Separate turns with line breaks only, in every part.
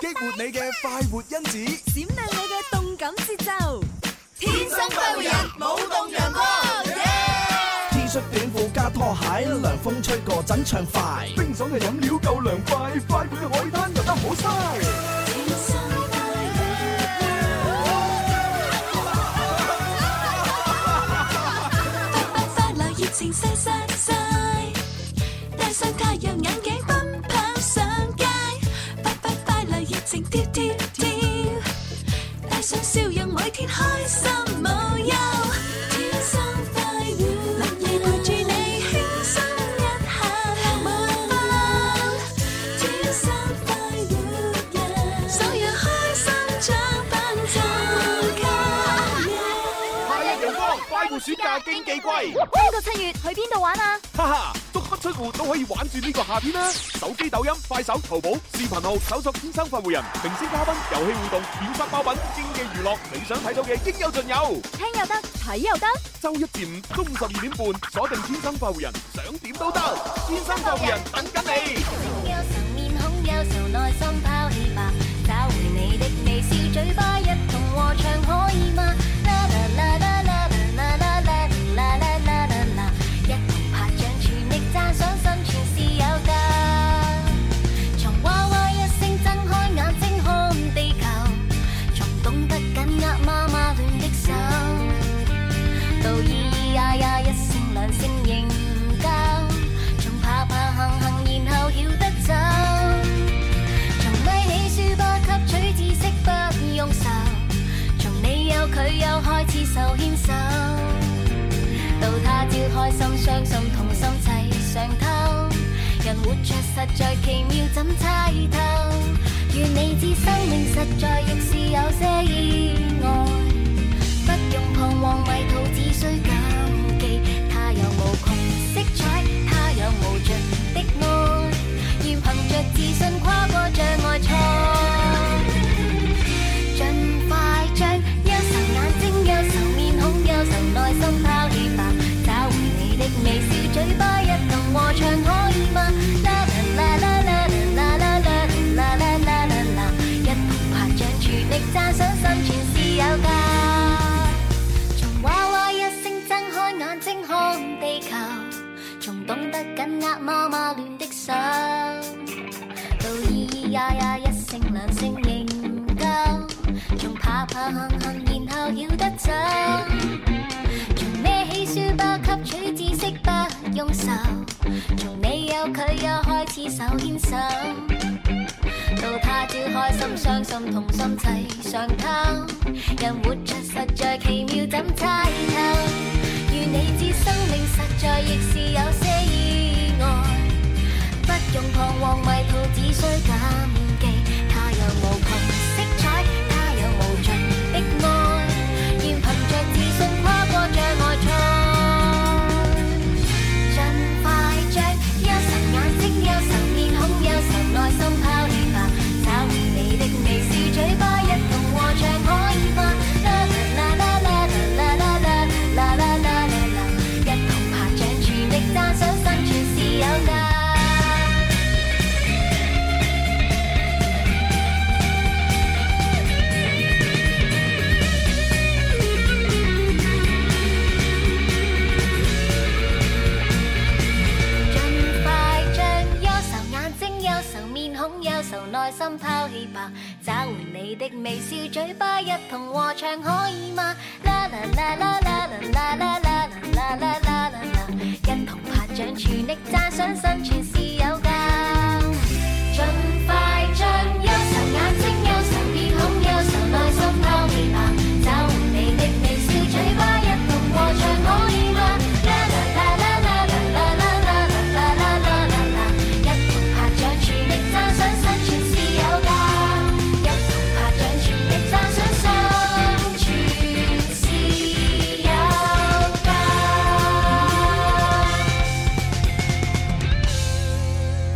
激活你嘅快活因子。
閃亮你嘅動感節奏，
天生快活人，舞動陽光。
T 恤短褲加拖鞋，涼風吹過陣暢快。
冰爽嘅飲料夠涼快，快活嘅海灘又得好嘥。
快樂熱情細細細，戴上太陽眼鏡奔跑上街，快快快樂熱情跳跳跳，帶上笑容每天開心無憂，天生快活，樂意陪住你輕鬆一下無分，天生快活人，所有開心獎品就給你。
夏日陽光，快活暑假經紀季，
今個七月去邊度玩啊？
哈哈，足不出戶都可以玩住呢個夏天啦！手機、抖音、快手、淘寶、視頻號搜索天生快活人，明星嘉賓、遊戲互動、免費爆品、經濟娛樂，你想睇到嘅應有盡有。
聽又得，睇又得。
周一至五中午十二點半，鎖定天生快活人，想點都得，天生快活人等緊你。
憂愁面孔，憂愁內心拋棄吧，找回你的微笑嘴巴，一同和唱可以嗎？啦啦啦啦啦啦啦啦啦啦啦啦啦，一同拍掌全力讚賞，心全是有㗎。從娃娃一聲睜開眼睛看地球，從懂得緊握媽媽暖的手。到咿呀呀一聲兩聲認交，仲怕怕行行，然後曉得走。從咪起書包吸取知識不用愁，從你有佢有開始手牽手，到他朝開心傷心同心齊上頭。人活着實在奇妙，怎猜透？願你知生命實在亦是有些意外。不用彷徨迷途，只需謹記，它有無窮色彩，它有無盡的愛，要憑着自信跨過障礙賽。盡快將憂愁眼睛、憂愁面孔、憂愁內心拋棄吧，找回你的微笑嘴巴，一同和唱可以嗎？啦啦啦啦啦啦啦啦啦啦啦啦啦，一同拍掌全力讚賞，心全是有㗎。從娃娃一聲睜開眼睛看地球，從懂得緊握媽媽暖的手，到咿咿呀呀一聲兩聲認夠，從怕怕行行然後曉得走，從孭起書包吸取知識不用愁，從你有佢有開始手牽手。到他朝開心、傷心同心齊上頭，人活着實在奇妙，怎猜透？與你知生命實在亦是有些意外，不用彷徨迷途，只需謹記，它有無窮色彩，它有無盡的愛，要憑着自信跨過障礙賽。盡快將憂愁眼睛、憂愁面孔、憂愁內心拋棄吧，找回你的微笑嘴巴，一同和唱可以嗎？啦啦啦啦啦啦啦啦啦啦啦啦啦，一同拍掌全力讚賞，生存是有價。盡快將憂愁眼睛、憂愁面孔、憂愁內心拋棄吧，找回你的微笑嘴巴，一同和唱可以嗎？啦啦啦啦啦啦啦啦啦啦啦啦啦啦，一同拍掌全力讚賞，生存是有價。盡快將憂愁眼睛、憂愁面孔、憂愁內心拋棄吧，找回你的微笑嘴巴，一同和唱可以嗎？啦啦啦啦啦啦啦啦啦啦啦啦啦啦，一同拍掌全力讚賞，生存是有價。一同拍掌全力讚賞，生存是有價。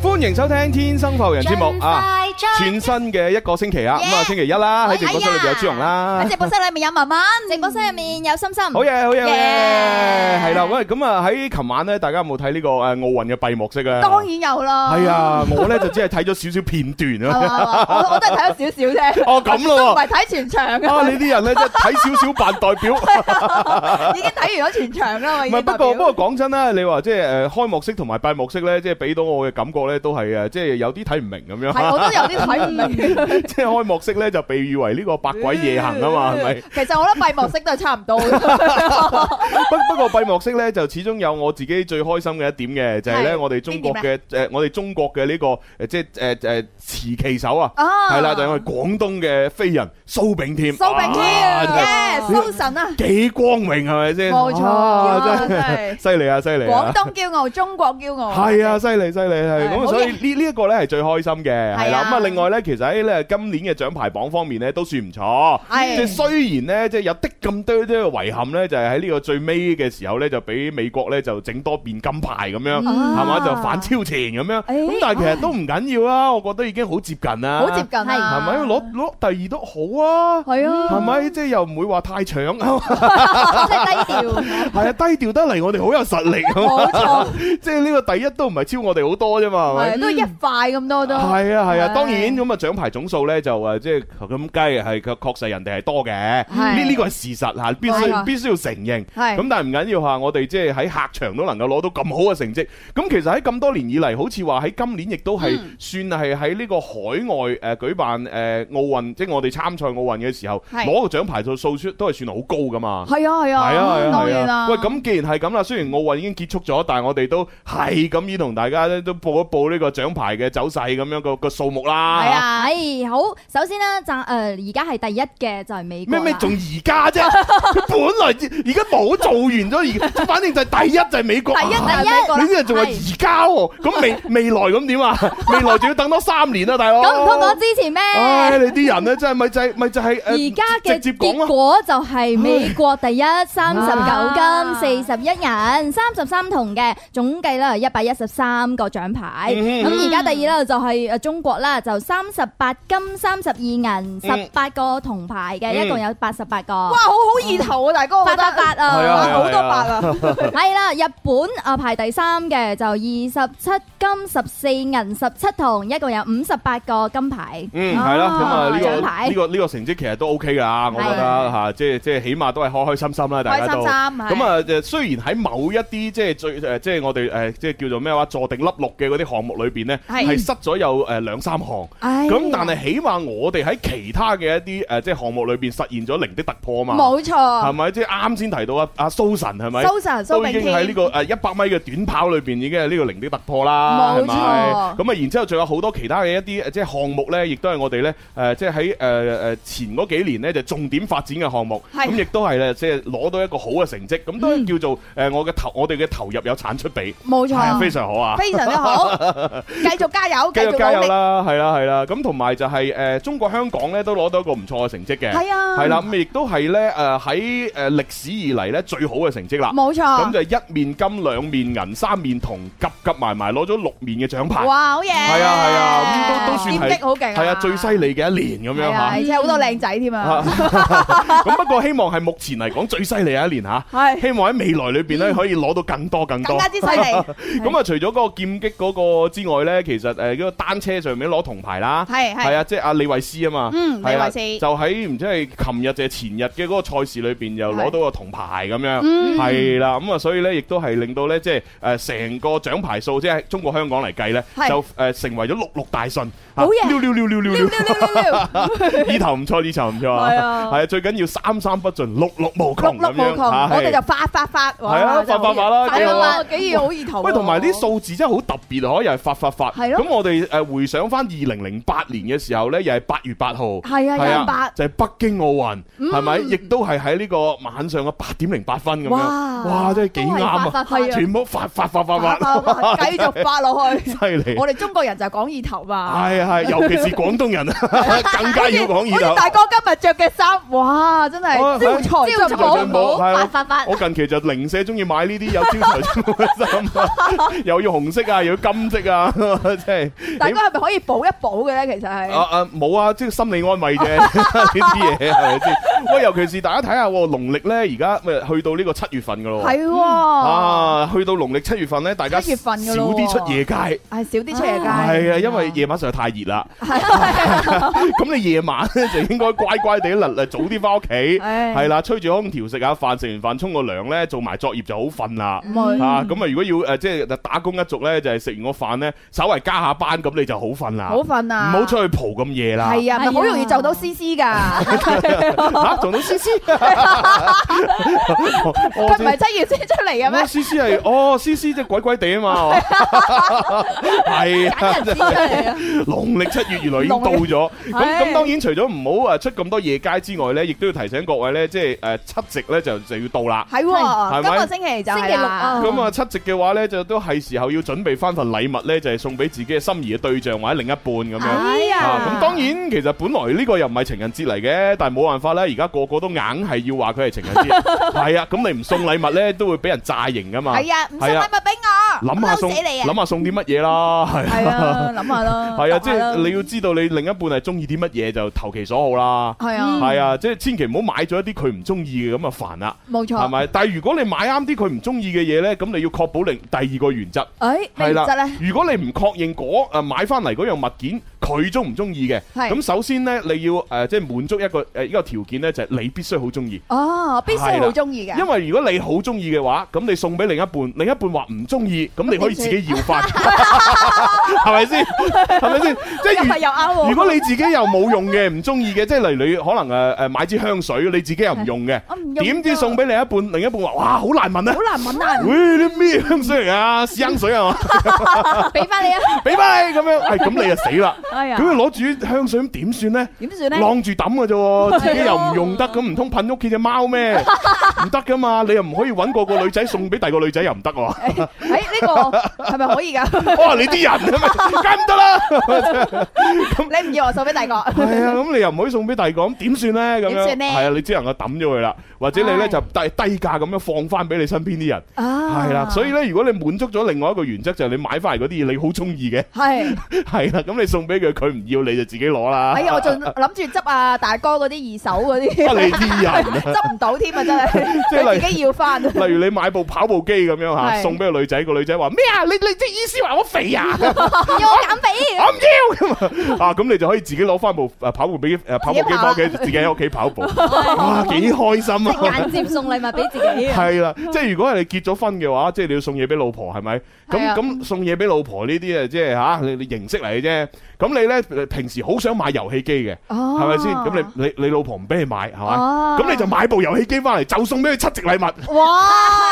歡迎收聽《天生浮人》節目啊！
盡
全新嘅一個星期啊，咁啊
Yeah 哦哎
星期一啦，喺直播室裏邊有朱紅啦
喺。直播室裏面有文文，
直播室入面有心心，
好嘢，好嘢，好嘢，
Yeah
係啦，喂，咁啊喺琴晚咧，大家有冇睇呢個誒奧運嘅閉幕式啊？
當然有啦。
係啊，我咧就只係睇咗少少片段
係
啊。
嘛，係嘛我我都係睇咗少少啫。
哦咁咯
都唔
喎
係睇全場
啊！
嘅，
你啲人咧，即係睇少少扮代 表，唔
已經睇完咗全場啦。我已
係
經
不
代
過
表。
不過講真啦，你話即係誒開幕式同埋閉幕式咧，即係俾到我嘅感覺咧，都係誒，即係有啲睇唔明咁
係，
樣。
我都有啲睇唔明。
即係開幕式咧，就被譽為呢個百鬼夜行啊嘛，係咪？
其實我覺得閉幕式都係差唔多嘅。
不不過閉幕式咧，就始終有我自己最開心嘅一點嘅，就係咧
係
我哋中國
邊
嘅誒，我哋中國嘅呢個誒，即係誒誒持旗手啊，
啊
係啦，就係我哋廣東嘅飛人蘇炳添，
蘇炳
啊真係
添，耶，蘇神啊！
幾光榮係咪先？
冇錯
啊真
真
係
係
犀利啊，犀利啊
廣！東驕傲，中國驕傲。
係啊，犀利犀利係
哦係
咁啊，
好
所以
嘢
呢呢一個咧係最開心嘅，係啦。
啊
咁啊，另外咧，其實喺咧今年嘅獎牌榜方面咧都算唔錯。
係
即係雖然咧，即係有的咁多啲嘅遺憾咧，就係喺呢個最尾嘅時候咧，就俾美國咧就整多面金牌咁樣，係嘛就反超前咁樣。
嗯啊哎
咁但係其實都唔緊要啊，我覺得已經好接近啦，
好接近啊，
係咪？攞攞第二都好啊，
係啊
係咪？即係又唔會話太搶啊。
即係低調。
系啊，低調得嚟，我哋好有實力。
冇錯，
即係呢個第一都唔係超我哋好多啫嘛，係咪？
係都一塊咁多都。
係啊係啊，
係
當然咁啊，獎牌總數咧就誒即係咁雞係確確實人哋係多嘅，呢呢個係事實嚇，必
冇
須
錯
必須要承認。
係
咁但係唔緊要嚇，我哋即係喺客場都能夠攞到咁好嘅成績。咁其實喺咁多年以嚟，好似話喺今年亦都係算係喺呢個海外誒舉辦誒奧運，即係我哋參賽奧運嘅時候
係
攞個獎牌數數出都係算好高噶嘛。
係啊係
係啊係
啊，
啊
當
係
然
啊！
啦。
喂，咁既然係咁啦，雖然奧運已經結束咗，但係我哋都係咁要同大家咧都報一報呢個獎牌嘅走勢咁樣個個數目啦。
係啊
唉，好，首先咧，就誒
ờ,
而家係第一嘅就係美國
咩
啦。
咩仲而家啫？ 佢本來而家冇做完咗，而反正就係第一就係美國。
第一
啊
第一個啦
你啲人仲話
係
而家喎，咁未未來咁點 啊？未來仲要等多三年啊，大佬。
咁唔通講之前咩？
唉，你啲人咧啊真係咪就係咪就係
而
誒
家嘅
直接講啊
結
啦。
果就係美國第一，三十九金，四十一人，三十三銅嘅，總計咧一百一十三個獎牌。
嗯
咁而家第二咧就係
ờ,
誒中國啦，就三十八金，三十二銀，十八個銅牌嘅，
嗯
一共有八十八個
哇，。好好意頭啊，大哥，我
八
覺得
八八
係啊
啊！
好多八啊，
係啦，日本啊排第三嘅就二十七金十四銀十七銅，一共有五十八個金牌。
嗯，係啦，咁啊呢
獎
個
牌
呢個呢個成績其實都 OK 噶，我覺得嚇，即係即係起碼都係開開心心啦，大家都。
開心心係
咁啊，誒雖然喺某一啲即係最誒，即係我哋誒，即係叫做咩話坐定粒六嘅嗰啲項目裏邊咧，
係
係失咗有誒兩三項。
唉
咁但係起碼我哋喺其他嘅一啲誒，即係項目裏邊實現咗零的突破嘛。
冇
係
錯。
咪？即係啱先提到啊，阿蘇神係咪？
蘇神蘇
都已
炳
經
添
喺呢個誒一百米嘅短跑裏邊已經係呢個零的突破啦，
冇
係咪？
錯
咁啊，然之後仲有好多其他嘅一啲誒即係項目咧，亦都係我哋咧誒即係喺誒誒前嗰幾年咧就重點發展嘅項目，
係
咁亦都係咧即係攞到一個好嘅成績，咁都叫做
嗯
誒我嘅投我哋嘅投入有產出比，
冇
係啊，
錯，
非常好啊！
非常之好， 繼續加油，繼
繼
續
續加
努
油
力。
啦，係啦係啦，咁同埋就係誒中國香港咧都攞到一個唔錯嘅成績嘅，
係啊
係啦，咁亦都係咧誒喺誒歷史以嚟咧最好嘅成績啦。
冇
咁
錯，
就一面金、兩面銀、三面銅，夾夾埋埋攞咗六面嘅獎牌，
哇，好嘢！
係啊係啊，咁都都算
劍擊好
係
勁，
係啊最犀利嘅一年咁樣
係啊，
嚇
而。且好多靚仔添啊，
咁不過希望係目前嚟講最犀利嘅一年嚇，
係
希望喺未來裏邊咧可以攞到更多更
嗯更
多。
加之 犀利。
咁啊，除咗嗰個劍擊嗰個之外咧，其實誒嗰個單車上面攞銅牌啦，
係係
係啊，即係阿李慧詩啊嘛，
嗯
係啊
李慧詩
就喺唔知係琴日定係前日嘅嗰個賽事裏邊又攞
係嗯
到個銅牌咁樣，係啦，咁啊，所以咧亦都係令到咧即係誒成個獎牌數，即係中國香港嚟計咧，
係
就誒成為咗六六大順，
好嘢
啊溜溜溜溜溜溜，
溜溜溜溜 溜
呢頭唔錯，呢頭唔錯啊，
係啊
係啊，最緊要三三不盡，六六無窮
碌碌
咁樣，
無窮，
係
我哋就發發發，
係啊發發發啦
係
幾好
啊，幾好意頭喎。
喂，同埋啲數字真係好特別啊！又係發發發。
係咯
咁我哋誒回想翻二零零八年嘅時候呢，又係八月八號。
係啊
係
廿八
就係北京奧運，係咪？亦都係喺呢個晚上嘅八點零八分咁樣。
哇
哇！真係幾啱
都係發
啊！
發發
係啊
全部發發發發
發
發，
發發，繼續發落去。
犀利。
我哋中國人就係講意頭嘛。
係係，尤其是廣東人，啊更加要講
好
耳
似
頭。
大哥今日着嘅衫，哇！真係
啊係
招財進
招財進寶
寶，
係啊
發發發
我近期就零舍中意買呢啲有招財 進寶嘅衫啊，又要紅色啊，又要金色啊，真係。
大哥係咪可以補一一補嘅咧？其實係
啊啊冇啊，即係心理安慰啫，呢啲嘢係咪先？喂，尤其是大家睇下喎，農曆咧而家咪去到呢個七月份噶咯喎。
係喎，
啊，去到農曆七月份咧，大家
哦七月
少
份㗎咯喎
啲出夜街，係
係少啲出夜街。
啊，因為夜晚實在太熱啦。 咁你夜晚咧就應該乖乖地啦，早啲翻屋企，
唉
係啦，吹住空調食下飯，食完飯沖個涼咧，做埋作業就好瞓啦。
嗯
啊，咁啊，如果要誒即係打工一族咧，就係食完個飯咧，稍微加下班，咁你就好瞓啦。
好瞓啊！
唔好出去蒲咁夜啦。
係啊，咪好容易就到 C C 㗎，
吓撞啊到 C C，
佢唔
佢
係七月先出嚟嘅咩？
C C 係哦，C C 即係鬼鬼地啊 嘛，係啊，
真係啊
農曆七月原來已經到咗，咁
唉
咁當然除咗唔好誒出咁多夜街之外咧，亦都要提醒各位咧，即係誒七夕咧就就要到啦。
係
係
喎，今
咪
個星期就係啦
星期六啊
咁啊，七夕嘅話咧，就都係時候要準備翻份禮物咧，就係送俾自己嘅心儀嘅對象或者另一半咁樣。
哎呀，
啊，咁當然其實本來呢個又唔係情人節嚟嘅，但係冇辦法啦，而家個個都硬係要話佢係情人節， 係啊，咁你唔送禮物呢，都會俾人炸型噶嘛。
係啊，唔送
係啊
禮物俾我，
諗下送
嬲死你啊！
諗下送啲乜嘢啦，係
係
啊，
啊，諗下啦，
係啊，即
諗下啦
係你要知道你另一半係中意啲乜嘢就投其所好啦。
係啊，
係啊，即係千祈唔好買咗一啲佢唔中意嘅，咁啊煩啦，
冇錯，
係咪？但係如果你買啱啲佢唔中意嘅嘢呢，咁你要確保另第二個原則。
誒哎咩
係
原則
啦
咧？，
如果你唔確認嗰誒買翻嚟嗰樣物件佢中唔中意嘅，
係
咁首先呢，你要誒、呃即係滿足一個誒一個條件呢，就係、你必須好中意。
哦，必須好中意嘅，
因為如果你好中意嘅話，咁你送俾另一半，另一半話唔中意，咁你可以自己要 翻，係咪先？係咪先？即
又
係
係
如
又啱喎。
如果你自己又冇用嘅，唔中意嘅，即係例如你可能誒誒買支香水，你自己又唔用 嘅
我哦唔用，
點
㗎
知送俾另一半，另一半話哇好難聞啊！
好難揾啊，
喂，啲咩香水嚟 啊？試香水係嘛？
俾翻你啊！
俾翻你咁 樣，係咁你就死啦！
哎呀
咁，你攞住啲香水咁點算 呢？
點算咧？
晾住抌嘅啫喎，自己又唔用得，咁唔通噴屋企只貓咩？ 唔得噶嘛，你又唔可以揾個個女仔送俾第二個女仔又唔得喎。
誒哎 呢個係咪可以㗎？
哇！你啲人啊，梗係唔得啦。
你唔要我送俾第個，
係 啊，咁你又唔可以送俾第二個，咁點算呢？咁
點
樣
算呢
係啊，你只能夠抌咗佢啦，或者你呢
唉
就低低價咁樣放翻俾你身邊啲人。
啊
係啦，所以呢，如果你滿足咗另外一個原則，就係你買翻嚟嗰啲嘢你好中意嘅，
係。
係啦，咁你送俾佢，佢唔要你就自己攞啦。
哎呀，我仲諗住執啊大哥嗰啲二手嗰
啊你
啲，
啲人。
執唔到添啊！真係，
即係例
佢自己要翻。
例如你買部跑步機咁樣吓，
係
送俾個女仔，個女仔話咩啊？你你即係意思話我肥 啊？我
要我 減
唔要
肥，
咁啊！啊咁你就可以自己攞翻部啊誒跑步俾誒跑步機翻屋企，自己喺屋企 跑步，哇幾開心啊！
間接送禮物俾自己。
係 啦，即係如果係你結咗婚嘅話，即係你要送嘢俾老婆係咪？
係
咁
啊
咁送嘢俾老婆呢啲啊，即係吓你你形式嚟嘅啫。咁你咧平時好想買遊戲機嘅，
哦
係咪先？咁你你你老婆唔俾你買係嘛？
哦
咁你就買部遊戲機翻嚟，就送俾佢七夕禮物。
哇！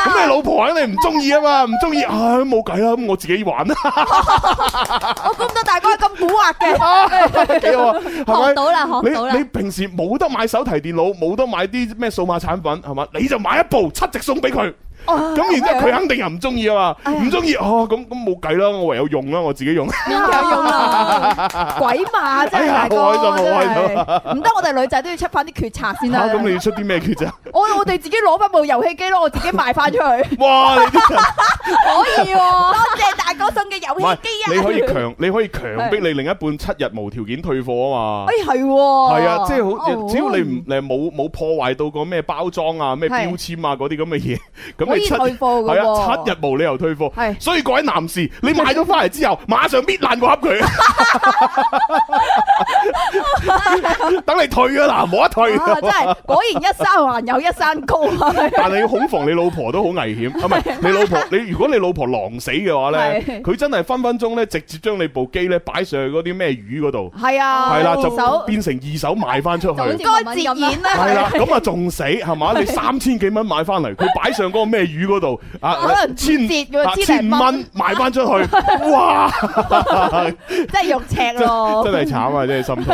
咁你老婆肯定唔中意啊嘛，唔中意，唉，冇計啦，咁我自己玩啦，
我估唔到大哥咁蠱 惑嘅，
幾好啊，
學
係
到啦，學到
咪？
啦
你你。平時冇得買手提電腦，冇得買啲咩數碼產品，係嘛？你就買一部七夕送俾佢，
哦哎
咁然之後佢肯定又唔中意啊嘛，唔中意，哦，咁咁冇計啦，我唯有用啦，我自己用，
邊有用啊？ 鬼馬真
哎
係
呀
大
好開
哥，
心好
真
開心
係唔得！我哋女仔都要出翻啲決策先
嚇
啦。
咁你要出啲咩抉擇？
我我哋自己攞翻部遊戲機咯，我自己賣翻出去。
哇，你啲人
可以喎， 多謝大哥送嘅
唔
遊
係
戲機啊！
你可以強，你可以強迫你另一半七日無條件退貨啊嘛
哎。係喎，
係啊，即係
哦
好，只要你唔你冇冇破壞到個咩包裝啊、咩標籤啊嗰啲咁嘅嘢，咁
可
你
以
七
退貨嘅
係啊
喎
七日無理由退貨。
係
所以各位男士，你買咗翻嚟之 後，馬上搣爛個盒佢，等你退㗎啦，冇得退
啊，真
㗎。
係果然一山還有一山高啊！
但係你恐防你老婆都好危險，啊唔係你老婆，你如果你老婆狼死嘅話咧，
係
佢真係分分鐘咧直接將你部機咧擺上去嗰啲咩魚嗰度，
係啊，
係啦
手
就變成二手賣翻出去。
好似
該自然
系啦
啦，，
咁啊仲死係 嘛？你三千幾蚊買翻嚟，佢擺上嗰個咩魚嗰度啊，
可能
千
折㗎
啊
千
千
零
蚊
蚊
賣翻 出去，哇！
真係肉赤
真
咯。
真係慘啊，真係心痛。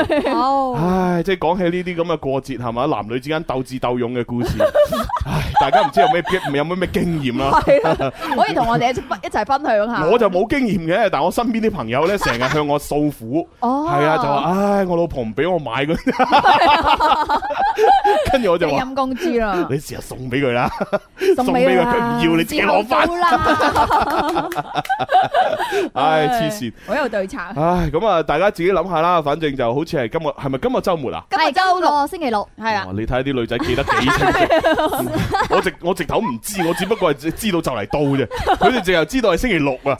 唉，即係講起呢啲咁嘅過節係嘛，男女之間鬥智鬥勇嘅故事，唉，大家唔知有咩有冇咩經驗啦。
可以同我哋一齊一齊分享下。
我就冇經驗嘅，但我身邊啲朋 友咧，成日向我訴苦，
哦
係啊，就話唉，我老婆唔俾我買嗰啲， 跟住我就話
飲工 資啦，
你成日送俾佢啦，
送
送
俾
俾
佢
佢，
啦
佢唔要你自己攞翻，唉，黐線，
我有對策。
唉，咁啊，大家自己諗下啦，反正就好似係今日，係咪今日週末啊？
今日周六係啊啦
哇，你睇下啲女仔記得幾清楚， 我直我直頭唔知，我只不過係知道就嚟到啫，佢哋淨係知道係星期六啊。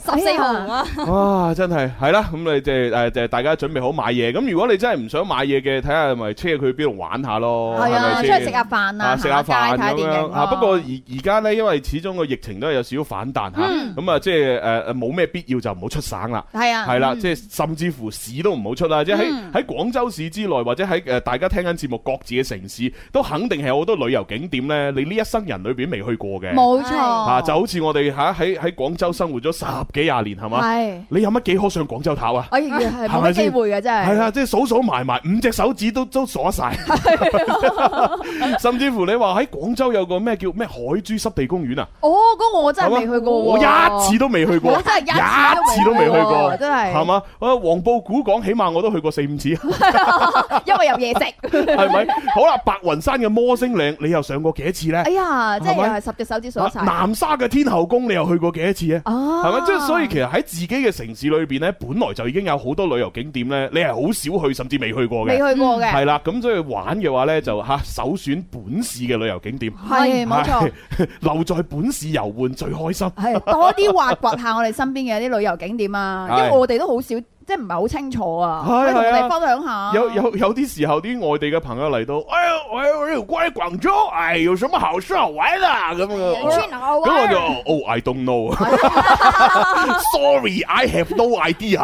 哇！真係係啦，咁你即係誒，就係大家準備好買嘢。咁如果你真係唔想買嘢嘅，睇下係咪車佢去邊度玩下咯，
係啊，
係
出
咪先
去食下飯啊，
啊食下
行
飯
街睇
咁
電
樣
影
啊。不過而而家呢，因為始終個疫情都係有少少反彈嚇，
嗯
咁啊即係誒誒冇咩必要就唔好出省啦。
係啊，
係啦，即係甚至乎市都唔好出啦，即係喺喺廣州市之內，或者喺誒大家聽緊節目各自嘅城市，都肯定係有好多旅遊景點呢。你呢一生人裏邊未去過嘅。啊，就好似我哋嚇喺喺廣州生活咗十幾廿年係嘛？你有乜幾可上廣州塔啊？
哎呀，
係
係冇
咪
乜
先
機會嘅真
係
係。
啊，即係數數埋埋五隻手指都都鎖晒， 甚至乎你話喺廣州有個咩叫咩海珠濕地公園啊，
哦，嗰個我真係未去過喎。
我一次都未去過，
我真係
一
一
次
次
都
都
未去
未去過
過，
真係
係嘛？啊，黃埔古港起碼我都去過四五 次，啊
因為有嘢食。
係咪？好啦，白雲山嘅摩星嶺你又上過幾多次呢
哎？ 呀，即係
係咪
又係十隻手指數得
啊
晒。
南沙嘅天后宮你又去過幾多次啊？
啊
係咪？即係所以其實喺自己嘅城市裏邊呢，本來就已經有好多旅遊景點呢，你係好少去，甚至未去過
未
嘅。
去過嘅，
係啦，咁所以玩嘅話呢，就吓首選本市嘅旅遊景點。
係冇錯。
係， 留在本市遊玩最開心。
係多啲挖掘下我哋身邊嘅啲旅遊景點啊，因為
係
我哋都好少，即係唔係好清楚啊，
係
可以同我
係啊
哋分享下。
有有有啲時候啲外地嘅朋友嚟到，哎呀，我我有關於廣州，哎，有什麼好吃好玩的咁
哎
樣。咁我就哦，I don't know，sorry，I have no idea。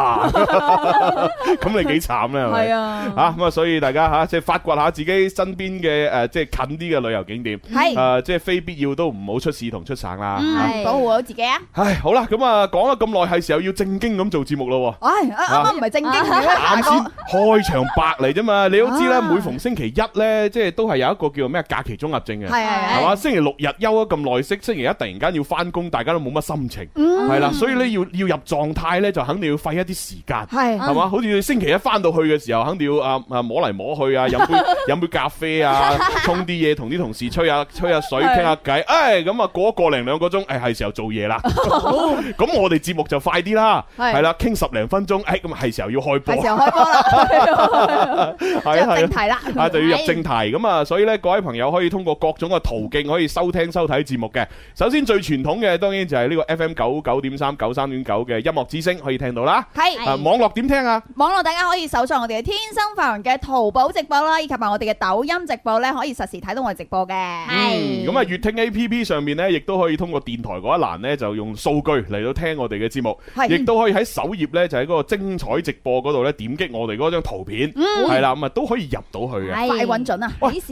咁你幾慘咧？係咪
係啊，
啊咁啊，所以大家吓即係發掘下自己身邊嘅誒，即係近啲嘅旅遊景點。
係
誒，即係非必要都唔好出市同出省啦。
嗯
係
保護好自己啊！
唉，好啦，咁啊，講咗咁耐，係時候要正經咁做節目咯喎。
唉，啱啱唔係 正經嘅，大
啱先
哥
開場白嚟啫嘛，你都知啦，
啊
每逢星期一呢，即係都係有一個叫做咩啊假期綜合症嘅，
係
係
係
嘛？
係，
星期六日休咗咁耐息，星期一突然間要翻工，大家都冇乜心情，
嗯
係啦，所以呢，要要入狀態呢，就肯定要費一啲時間。
係
係嘛？好似星期一翻到去嘅時候，肯定要啊啊摸嚟摸去啊，飲 杯飲杯咖啡啊，沖啲嘢，同啲同事吹下吹下水，
係
傾下偈。唉，咁啊過一個零兩個鐘，唉係時候做嘢啦。 咁我哋節目就快啲啦，
哦係
係啦，傾十零分鐘，唉哎咁啊係時候要開波，
係時候開波啦，
係
進
啊
入
係
正
啊。
題啦。
啊，就要入正題咁啊，所以呢，各位朋友可以通過各種嘅途徑可以收聽收睇節目嘅。首先最傳統嘅當然就係呢個 FM 九九點三九三點九嘅音樂之聲可以聽到啦。啊，
係
網絡點聽啊？
網絡，大家可以搜索我哋嘅天生發人嘅淘寶直播啦，以及埋我哋嘅抖音直播咧，可以實時睇到我哋直播嘅。
嗯，咁啊，粵聽 A P P 上面咧，亦都可以通過電台嗰一欄咧，就用數據嚟到聽我哋嘅節目，
係
亦都可以喺首頁咧，就喺嗰個精彩直播嗰度咧，點擊我哋嗰張圖片，
嗯
係啦，咁啊都可以入到去嘅。
快揾準啊！
我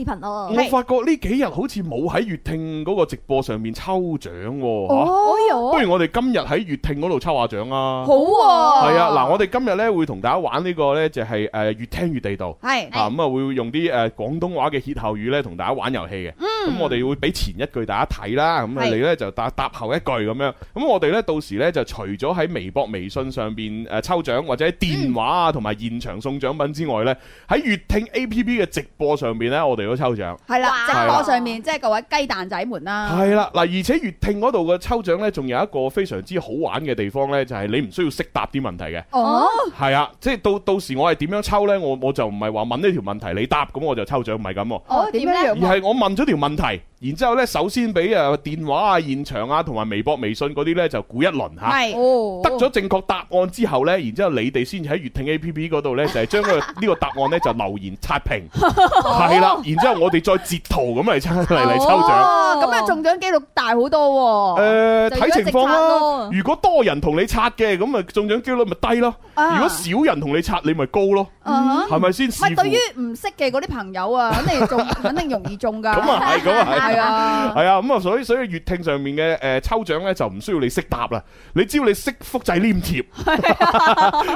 發覺呢幾日好似冇喺粵聽嗰個直播上面抽獎喎，嚇
哦，
不如我哋今日喺粵聽嗰度抽下獎啊！
好喎。
係啊，嗱，我哋今日咧會同大家玩呢個咧，就係誒越聽越地道。
係
啊，咁啊會用啲誒廣東話嘅歇後語咧，同大家玩遊戲嘅。咁我哋會俾前一句大家睇啦，咁啊
嗯係
你咧就答答後一句咁樣。咁我哋咧到時咧就除咗喺微博、微信上邊誒抽獎，或者喺電話啊同埋現場送獎品之外咧，喺粵聽 A P P 嘅直播上邊咧，我哋都抽獎。
係啦，
哇
直播上面即係各位雞蛋仔們啦，
係啦，嗱，而且粵聽嗰度嘅抽獎咧，仲有一個非常之好玩嘅地方咧，就係你唔需要識答啲問題嘅。
哦，
係啊，即係到到時我係點樣抽咧，我我就唔係話問呢條問題你答，咁我就抽獎，唔係咁喎。
哦點樣樣
而係我問咗條問題，然之後咧，首先俾誒電話啊、現場啊同埋微博、微信嗰啲咧就估一輪嚇。
係
哦，
得咗正確答案之後呢，然之後你哋先至喺粵聽 A P P 嗰度呢，就係將個呢個答案呢就留言刷屏，係啦，然之後我哋再截圖咁嚟 抽嚟嚟抽獎。
哦，咁啊中獎機率大好多
誒
喎。
就要一
睇
直
情況
刷
啦
咯，
如果多人同你刷嘅，咁啊中獎機率咪低咯；
啊
如果少人同你刷，你咪高咯，
啊
係咪先？
唔係
視乎
對於唔識嘅嗰啲朋友啊，肯定中，肯定容易中㗎。
咁啊係，咁啊係。
係啊，
系啊，咁啊，所以所以月聽上面嘅诶抽獎咧就唔需要你識答啦，你只要你識複製黏 貼，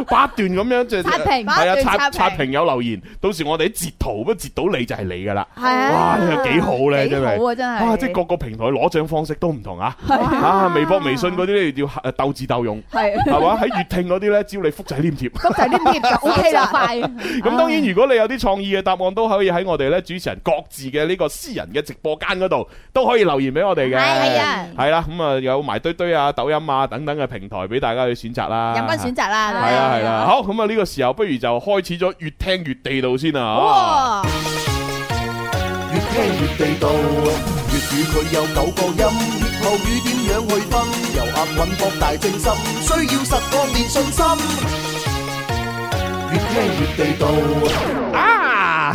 不斷咁樣就
刷屏
係啊，
不斷
刷
刷
刷
屏
屏有留言，到時我哋截圖，不截到你就係你噶啦，
係啊
哇，呢個幾好咧，
幾
真係。
好啊，真係
啊！即係各個平台攞獎方式都唔同 啊！啊，微博、微信嗰啲咧要呃鬥智鬥勇，
係
係嘛？喺粵聽嗰啲咧，只要你複製黏貼。
咁就黏貼就 OK 啦，
快，
咁當然，如果你有啲創意嘅答案，都可以喺我哋咧主持人各自嘅呢個私人嘅直播間嗰度，都可以留言俾我哋嘅。
係啊
係啦，咁啊有埋堆堆啊、抖音啊等等嘅平台俾大家去選擇啦。
任君選擇
係
啦，
啦係啦，好咁啊！呢個時候不如就開始咗越聽越地道先啊！
哇！
越聽越地道。粵語佢有九個音，歇後語點樣去分？由押韻博大精深，需要十個練信心。越聽越地道，
啊，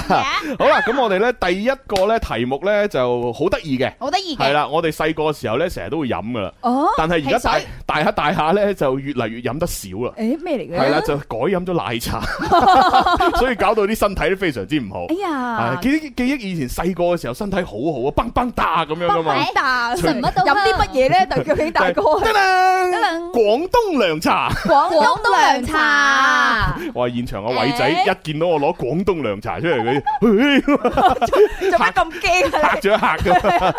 好啦，咁我哋咧第一個咧題目咧就好得意嘅，
好得意
係
嘅，
啦，我哋細個嘅時候咧成日都會飲噶啦，
哦，
但係而家大
汽水
大下大下咧就越嚟越飲得少啦。
誒咩嚟嘅？
系啦，，就改飲咗奶 茶，所以搞到啲身體都非常之唔好。
哎呀
係，記憶記憶以前細個嘅時候身體好好啊，蹦蹦打咁樣噶嘛。
好大，
除
乜都飲啲乜嘢咧？就叫起大哥，
得啦，廣東涼茶。
廣
廣東涼茶，
哇！現場個偉仔
哎
一見到我攞廣東涼茶出嚟， 佢
做咩咁驚
嚇
啊你？
咗一嚇咁。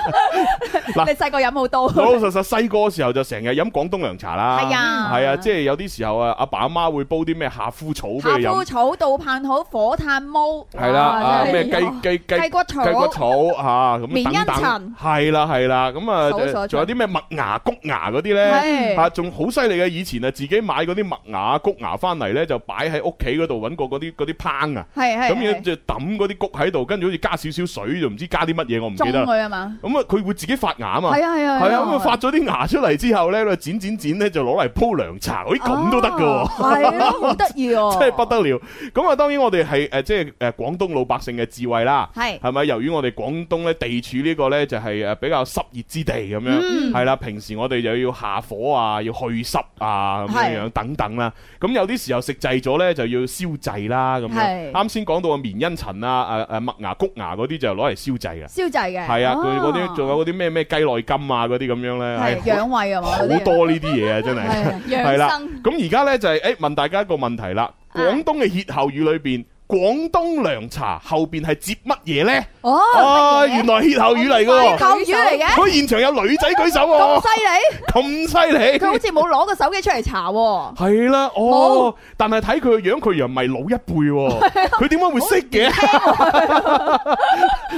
嗱
你細個飲好多，
老老實實細個嘅時候就成日飲廣東涼茶啦。
係啊
係啊，即係有啲時候啊，阿爸阿媽會煲啲咩夏枯草
夏
俾你
枯
飲。
草、杜盼好、火炭毛，
係啦，啊
哇真係
咩雞雞雞
雞骨草
雞骨草吓，咁啊
棉
等
欣
等
層，
係啦係啦，咁
搜索
啊，
咗
仲有啲咩麥芽、谷芽嗰啲咧，
係
吓仲好犀利嘅。以前啊，自己買嗰啲麥芽、谷芽翻嚟咧，就擺喺屋企嗰度揾個嗰啲嗰啲烹啊，
係係
咁樣
係
就抌嗰啲谷喺度，跟住好似加少少水，就唔知加啲乜嘢，我唔
中
記得啦。
佢啊嘛，
咁啊，佢會自己發芽啊嘛。
係啊係啊
係啊，咁啊發咗啲芽出嚟之後咧，佢剪剪剪咧就攞嚟煲涼茶，
哦
咦
Ờ.
咁都得㗎喎。
係咯，好得意喎，
真係不得了。咁啊，當然我哋係誒即係誒廣東老百姓嘅智慧啦。
係
係咪？由於我哋廣東咧地處呢個咧就係呃誒比較濕熱之地咁樣，係啦。平時我哋又要下火啊，要去濕啊咁樣樣等等啦。咁有啲時候食滯咗咧就要消滯啦咁樣。
係
啱先講到嘅棉茵陳啊、誒誒麥芽、谷芽嗰啲就攞嚟消滯嘅。
消滯嘅，
係啊，佢嗰啲
哦
仲有嗰啲咩咩雞內金啊嗰啲咁樣咧，
係
係
養胃啊嘛，
好
嗰啲
多呢啲嘢啊，真係。
係
係
養
啦
生。
咁而家呢，就係诶问大家一個問題啦，廣東嘅歇後語裏边。廣東涼茶後邊係接乜嘢呢？
哦，
啊，原來歇後語嚟㗎喎！哦
扣魚 嚟嘅，
佢現場有女仔舉手
咁
喎，
犀利，
咁犀利
佢好！似冇攞個手機出嚟查喎。
係啦，哦，但係睇佢個樣，佢又唔係老一輩喎， 佢點解會識嘅？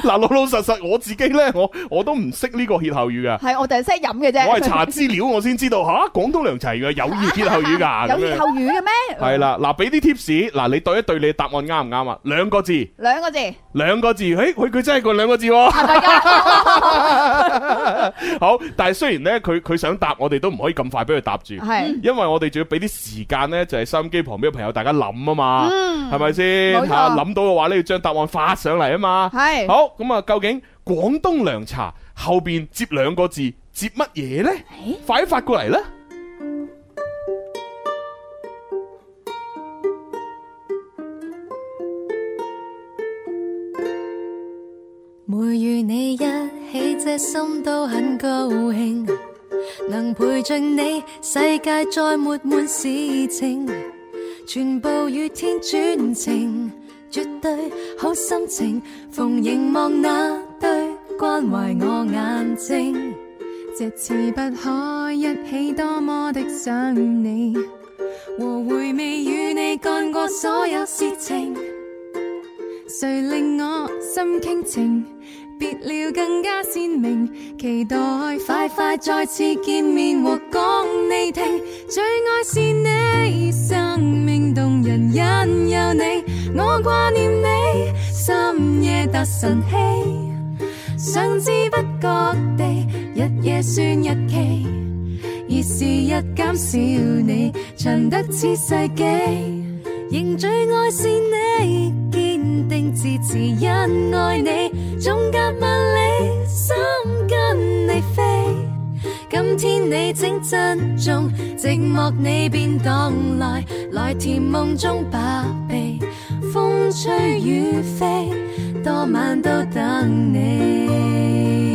嗱，老老實實我自己呢，我我都唔識呢個歇後語㗎。
係，我就係識飲嘅啫。
我係查資料我先知道吓，廣東涼茶原來有歇後語㗎。
有
咁
歇
樣
後語嘅咩？
系，啦，嗱，俾啲 tips，嗱，你對一對你嘅答案啱唔啱啊？兩個字，
兩個字係
兩個字，诶，佢佢真係個兩個字喎。
咪啊㗎？
好，但係雖然咧，佢佢想答，我哋都唔可以咁快俾佢答住，
係
因為我哋仲要俾啲時間咧，就係收音機旁邊嘅朋友大家諗啊嘛，係咪
嗯冇
先
錯
吓？諗到嘅話咧，要將答案發上嚟啊嘛。
係
好，咁啊，究竟廣東涼茶後边接兩個字，接乜嘢咧？快啲發過嚟啦！
每與你一起，這心都很高興，能陪着你，世界再沒滿事情，全部與天轉情，絕對好心情。逢凝望那對關懷我眼睛，這次不可一起，多麼的想你，和回味與你幹過所有事情。谁令我心倾情？別了更加鮮明，期待快快再次見面和講你聽，最愛是你，生命動人因有你，我掛念你，深夜特神氣，想知不覺地，日夜算日期，而時日減少你，長得似世紀。仍最愛是你，堅定自持因愛你，縱隔萬里，心跟你飛。今天你請珍重，寂寞你便蕩來，來甜夢中把臂，風吹雨飛，多晚都等你。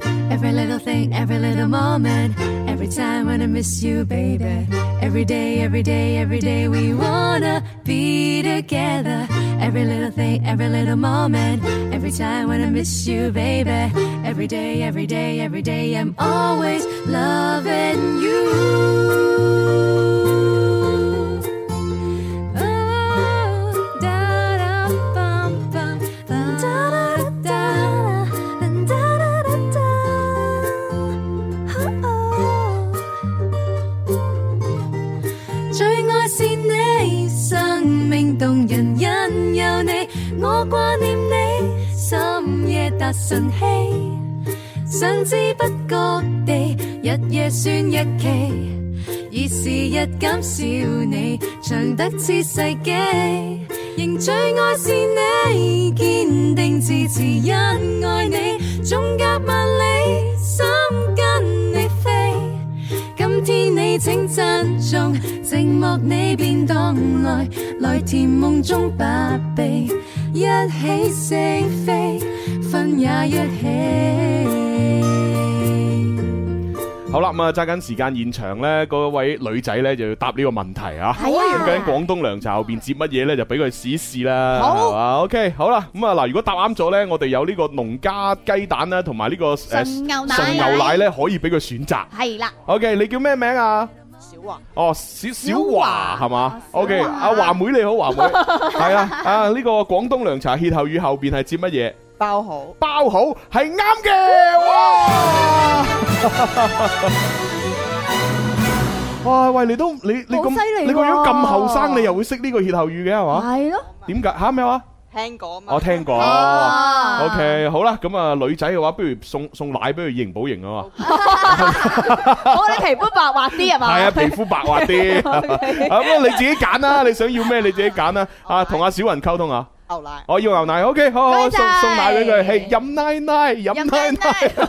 celebrate every little moment, every time when I miss you, baby. Every day, every day, every day, we wanna be together. Every little thing, every little moment, every time when I miss you, baby. Every day, every day, every day, I'm always loving you.最爱是你，生命动人引诱你，我挂念你，深夜突神氣，想知不覺地，日夜算日期。已是日減少你，長得似世紀，仍最愛是你，堅定自持因愛你，縱隔萬里，心跟你飛。今天你請珍重，寂寞你便當來，來甜夢中百臂，一起四飛，分也一起。
好啦，咁啊，揸緊時間現場咧，嗰位女仔咧就要答呢個問題啊。咁究竟廣東涼茶後邊接乜嘢咧？就俾佢試一試啦。
好
係嘛，OK，好啦，咁啊嗱，如果答啱咗咧，我哋有呢個農家雞蛋啦，同埋呢個誒
純牛奶
純牛奶咧，可以俾佢選擇。
係啦，
OK，你叫咩名啊？哦，小小華係嘛？OK，阿
哦
華妹你好， 華妹係啊，啊呢個廣東涼茶歇後語後邊係接乜嘢？
包好。
包好係啱嘅， 哇！哇喂，你都你你
好
咁
犀利喎
你個樣咁後生，你又會識呢個歇後語嘅係
Ờ.
嘛？
係咯，
點解吓咩話？
聽過啊嘛。
我聽過。
哦啊
O K，好啦，咁啊女仔嘅話，不如送送奶俾佢以形補形啊嘛。
我哋皮膚白滑啲係嘛？
係啊，皮膚白滑啲。 咁啊，你自己揀啦，你想要咩你自己揀啦。啊，同阿小雲溝通啊。
牛奶。
我要牛奶，OK，好好
多謝
送送奶俾佢，係飲奶奶，飲奶奶。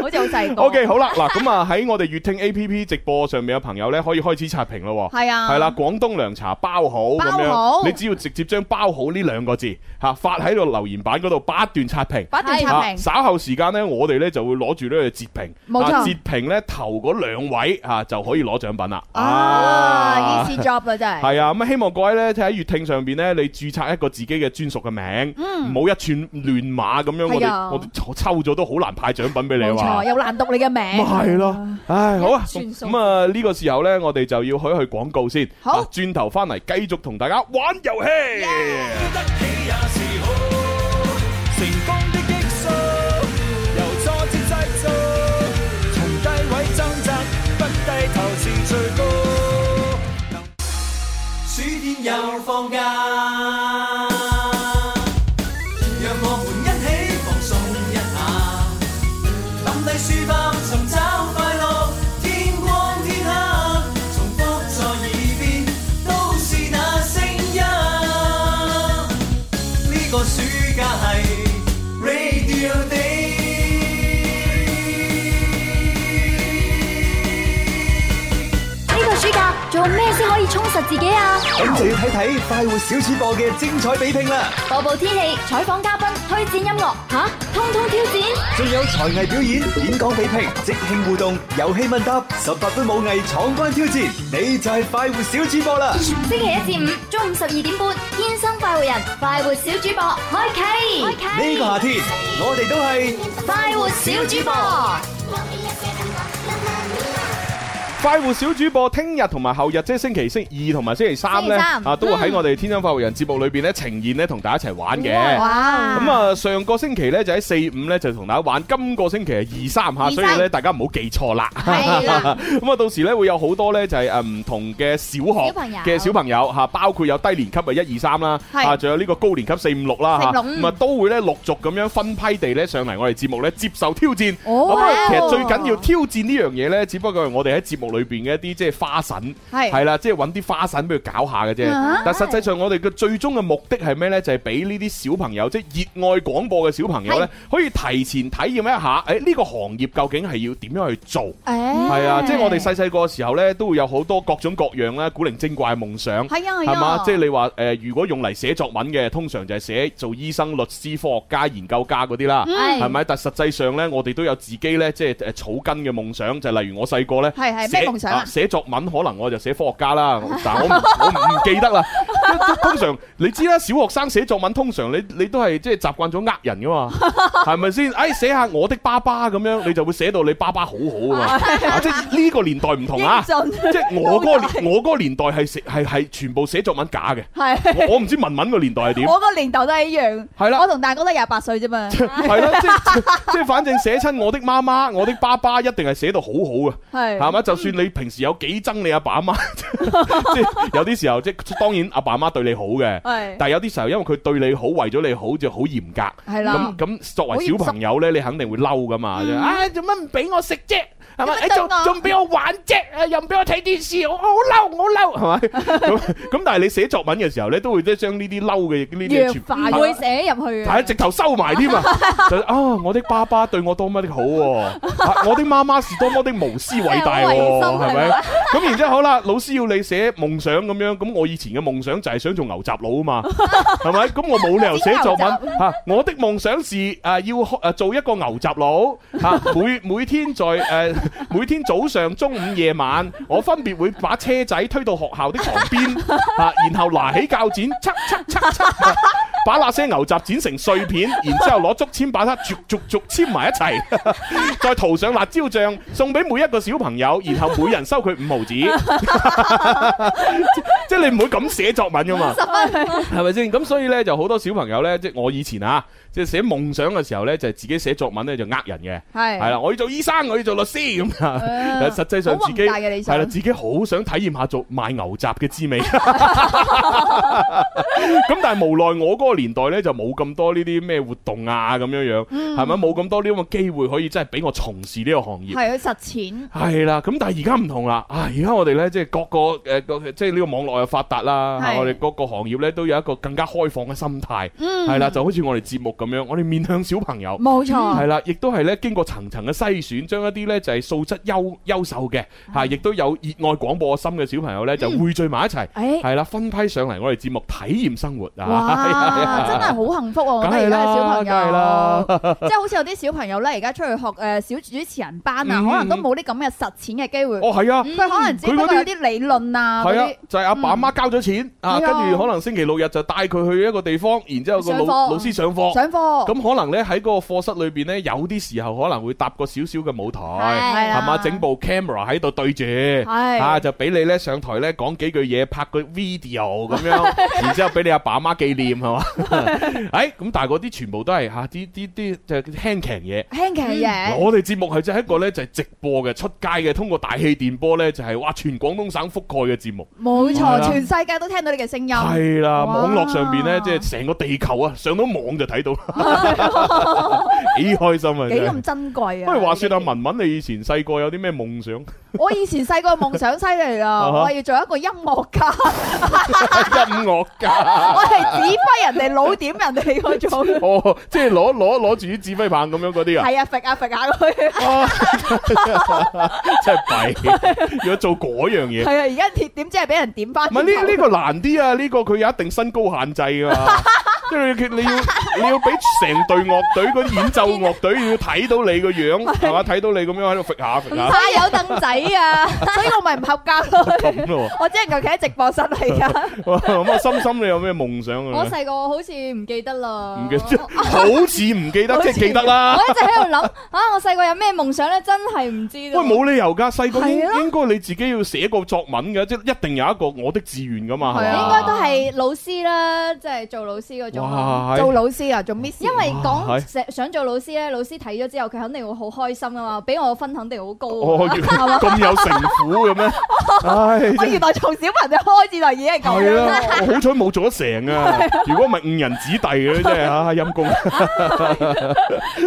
好似好細個。
O K，好啦，嗱咁啊喺我哋粵聽 A P P 直播上面嘅朋友咧，可以開始刷屏咯喎。
係啊，
係啦，廣東涼茶包好咁
包好
樣，你只要直接將包好呢兩個字嚇發喺個留言板嗰度，不斷刷屏。
不斷刷
啊
屏，
稍後時間咧，我哋咧就會攞住呢個截屏，
冇錯
啊截屏咧頭嗰兩位啊就可以攞獎品啦。
啊，easy job 啦真係。
係啊，咁希望各位咧，睇喺粵聽上邊咧，你註冊一個自己嘅專屬嘅名，唔好一串亂碼咁樣，我
嗯係
哋
啊
我哋抽抽咗都好難派獎品俾你啊
冇
話
錯，。又難讀你嘅
咪
名。
係咯，唉，好啊，咁
一串數
咁啊呢個時候咧，我哋就要去一去廣告先，
好
啊轉頭翻嚟繼續同大家玩遊戲。
得起也是好，成功的激素由挫折製造，從低位掙扎，不低頭是最高。暑天又放假，讓我們一起放鬆一下，抌低書包尋找快樂，天光天黑，重複在耳邊都是那聲音。呢個暑假係 Radio Day。
呢個暑假做咩先可以充實自己啊？
咁就要睇睇快活小主播嘅精彩比拼啦，
播報天氣、採訪嘉賓、推薦音樂，吓，通通挑戰。
仲有才藝表演、演講比拼、即興互動、遊戲問答、十八般武藝闖關挑戰，你就係快活小主播啦！
星期一至五中午十二點半，天生快活人，快活小主播開啟，開啟
呢個夏天，我哋都係。
快活小主播。
快活小主播聽日同埋後日，即係星期星二同埋星期三咧，
星期三
啊都會喺我哋天生快活人節目裏邊咧呈現咧，同大家一齊玩嘅。
嗯哇
咁啊，上個星期咧就喺四五咧就同大家玩，今個星期係二三嚇，
二三
所以咧大家唔好記錯啦。
係啦
咁啊，到時咧會有好多咧就係誒唔同嘅小
小朋友
學嘅小朋友嚇，包括有低年級嘅一二三啦，
係
啊仲有呢個高年級四五六啦嚇，
四五六
咁啊都會咧陸續咁樣分批地咧上嚟我哋節目咧接受挑戰。咁
哦
啊
哇
其實最緊要挑戰呢樣嘢咧，只不過係我哋喺節目裏邊嘅一啲即係花神，
係
係啦，即係揾啲花神俾佢搞下嘅啫。
啊
但實際上我哋嘅最終嘅目的係咩呢？就係俾呢啲小朋友，即係熱愛廣播嘅小朋友呢，可以提前體驗一下，誒呢個行業究竟係要點樣去做？係啊，即係我哋細細個嘅時候呢，都會有好多各種各樣咧古靈精怪嘅夢想。
係啊係
係嘛
啊，？
即係你話誒，如果用嚟寫作文嘅，通常就係寫做醫生、律師、科學家、研究家嗰啲啦，
嗯
係
係咪？但實際上呢，我哋都有自己呢，即係誒草根嘅夢想，就係例如我細個呢，
係係
寫
咩夢想啊
寫作文可能我就寫科學家啦，但我唔我唔記得啦。 通常你知啦，小學生寫作文通常你你都係即係習慣咗呃人噶 嘛，係咪先？誒寫下我的爸爸咁樣，你就會寫到你爸爸好好 啊嘛。啊即係呢個年代唔同啊，
英俊
即 係我嗰個年我嗰個年代係寫係係全部寫作文假嘅。
係
我我唔知文文個年代係點，
我個年頭都係一樣，
係啦
我同大哥都廿八歲啫嘛，
係咯，即係 即係反正寫親我的媽媽、我的爸爸，一定係寫到好好啊，
係
係嘛？就算你平時有幾憎你阿爸阿媽， 即係有啲時候即係當然阿爸阿媽對你好嘅，
係
但係有啲時候因為佢對你好，為咗你好就好嚴格。
係啦
咁，咁作為小朋友咧，你肯定會嬲噶嘛？就啊，做乜唔俾我食啫？係嘛？
做乜
你
憎
仲
我
仲唔俾我玩啫？啊又唔俾我睇電視，我好嬲，我好嬲，係咪？ 咁咁，但係你寫作文嘅時候咧，都會即係將呢啲嬲嘅呢啲全
弱化，唔會寫入去
係
啊
啊，。直頭收埋添啊！就啊，我的爸爸對我多麼的好喎，啊我的媽媽是多麼的無私偉大喎，
真係好偉心
係
係
咪
嘛？
咁然之後好啦，老師要你寫夢想咁樣，咁我以前嘅夢想就係想做牛雜佬啊嘛，係咪？咁我冇理由寫作文嚇，我的夢想是啊要誒做一個牛雜佬嚇，每每天在誒每天早上、中午、夜晚，我分別會把車仔推到學校的旁邊嚇，然後拿起鉸剪，嚓嚓嚓嚓。把那些牛雜剪成碎片，然之後攞竹籤把它逐逐逐籤埋一齊，再塗上辣椒醬，送俾每一個小朋友，然後每人收佢五毫子。即即係你唔會咁寫作文噶嘛？係咪先？咁所以呢，就好多小朋友呢，即係我以前啊，即係寫夢想嘅時候呢，就係自己寫作文呢，就呃人嘅。
係
係啦，我要做醫生，我要做律師咁啊。但係實際上
好
自己
宏大嘅理想
係啦，自己好想體驗下做賣牛雜嘅 滋味。咁但係無奈我嗰個年代呢，就冇咁多呢啲咩活動啊咁樣樣，
嗯
係咪冇咁多呢咁嘅機會可以真係俾我從事呢個行業？
係去實踐，
係啦，咁但係而家唔同啦，啊！而家我哋呢，即係各個誒個即係呢個網絡又發達啦，
係
我哋各個行業呢，都有一個更加開放嘅心態，係啦，就好似我哋節目咁樣，我哋面向小朋友。
冇錯，
係啦，亦都係咧經過層層嘅篩選，將一啲咧就係素質優優秀嘅嚇，亦都有熱愛廣播心嘅小朋友咧，就匯聚埋一齊，
誒
係啦，分批上嚟我哋節目體驗生活啊！係
哇
啊，
真係好幸福喎！我覺
梗係
得而家
啦
嘅小朋友，
梗係啦
即係好似有啲小朋友咧，而家出去學誒小主持人班啊，
嗯
可能都冇啲咁嘅實踐嘅機會，
哦係 啊，
佢可能只不過有啲理論啊嗰
係啊
啲，，
就係阿爸阿媽交咗錢啊，
係
跟
啊
住可能星期六日就帶佢去一個地方，然之後個老
上課
老師上課。
上課
咁可能咧喺嗰個課室裏邊咧，有啲時候可能會搭個少少嘅舞台，
係啦
係嘛？整部 camera 喺度對住，啊就俾你咧上台咧講幾句嘢，拍個 video 咁 樣，然之後俾你阿爸阿媽紀念係嘛？ 誒咁，但係嗰啲全部都係嚇啲啲啲就係輕騎嘢。
輕騎嘢，
我哋節目係就係一個咧就係直播嘅出街嘅，通過大氣電波咧就係哇全廣東省覆蓋嘅節目。
冇
係
錯，
啦
全世界都聽到你嘅聲音，
係啦，
哇
網絡上邊咧，即係成個地球啊，上到網就睇到， 幾開心啊！
幾
真係
咁珍貴啊！
不如話說啊，文文，你以前細個有啲咩夢 想？
我以前細個嘅夢想犀利啦，
啊哈
我係要做一個音樂家，
音樂家
我係指揮人哋老點人哋 嗰種，
哦，即係攞攞攞住啲指揮棒咁樣嗰啲啊！
係啊，揈下 揈下佢，
哦真係弊，要做嗰樣嘢
係。啊，而家點點知係俾人點翻
唔係呢呢個難啲啊！呢個佢有一定身高限制㗎 嘛，即係佢你要你要俾成隊樂隊嗰啲演奏樂隊要睇到你個樣係嘛，睇到你咁樣喺度揈下揈下。
啊有凳仔 啊！
所以我咪唔合格咯。
咁 咯
我只能夠企喺直播室嚟噶，
喎，哇咁啊，心心你有咩夢想
我
啊？
細個好似唔記得啦，
唔記得， 好似唔記得，即係記得啦
我。一直喺度諗 啊！我細個有咩夢想咧？真係唔知
喂，
道。
冇理由㗎，細個應
係咯
應該你自己要寫個作文㗎，即係一定有一個我的志願㗎嘛，係
係啊
嘛？
應該都係老師啦，即係做老師嗰種
哇，
做
係
老師啊，做 miss，
因為
哇
講成想做老師咧，老師睇咗之後，佢肯定會好開心噶嘛，俾我分肯定好高
哦，
啊。
原來咁有城府嘅咩？唉，真
我
係
原來從小朋友開始就已經係咁
係
樣
啊
啦。，
我好彩冇做得成啊！如果唔係誤人子弟嘅真係啊，陰公。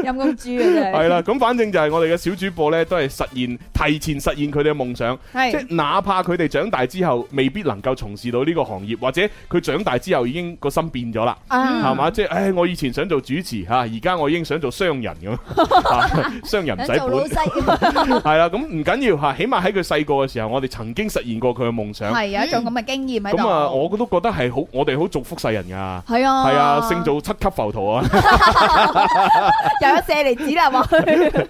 陰公豬啊，真係。
係啦，咁反正就係我哋嘅小主播呢，都係實現提前實現佢哋嘅夢想，
係
即係哪怕佢哋長大之後未必能夠從事到呢個行業，或者佢長大之後已經個心變咗啦，
啊
係嘛？即係，唉，我以前想做主持吓，而家我已經想做商人咁，啊商人唔
想
使
做老
本，
細，
係啦，咁唔緊要吓，起碼喺佢細個嘅時候，我哋曾經實現過佢嘅夢想。
係有一種咁嘅經驗喺度。
咁啊，我都覺得係好，我哋好祝福世人噶，
係啊，
係啊，勝造七級浮屠啊！
又有射離子啦，話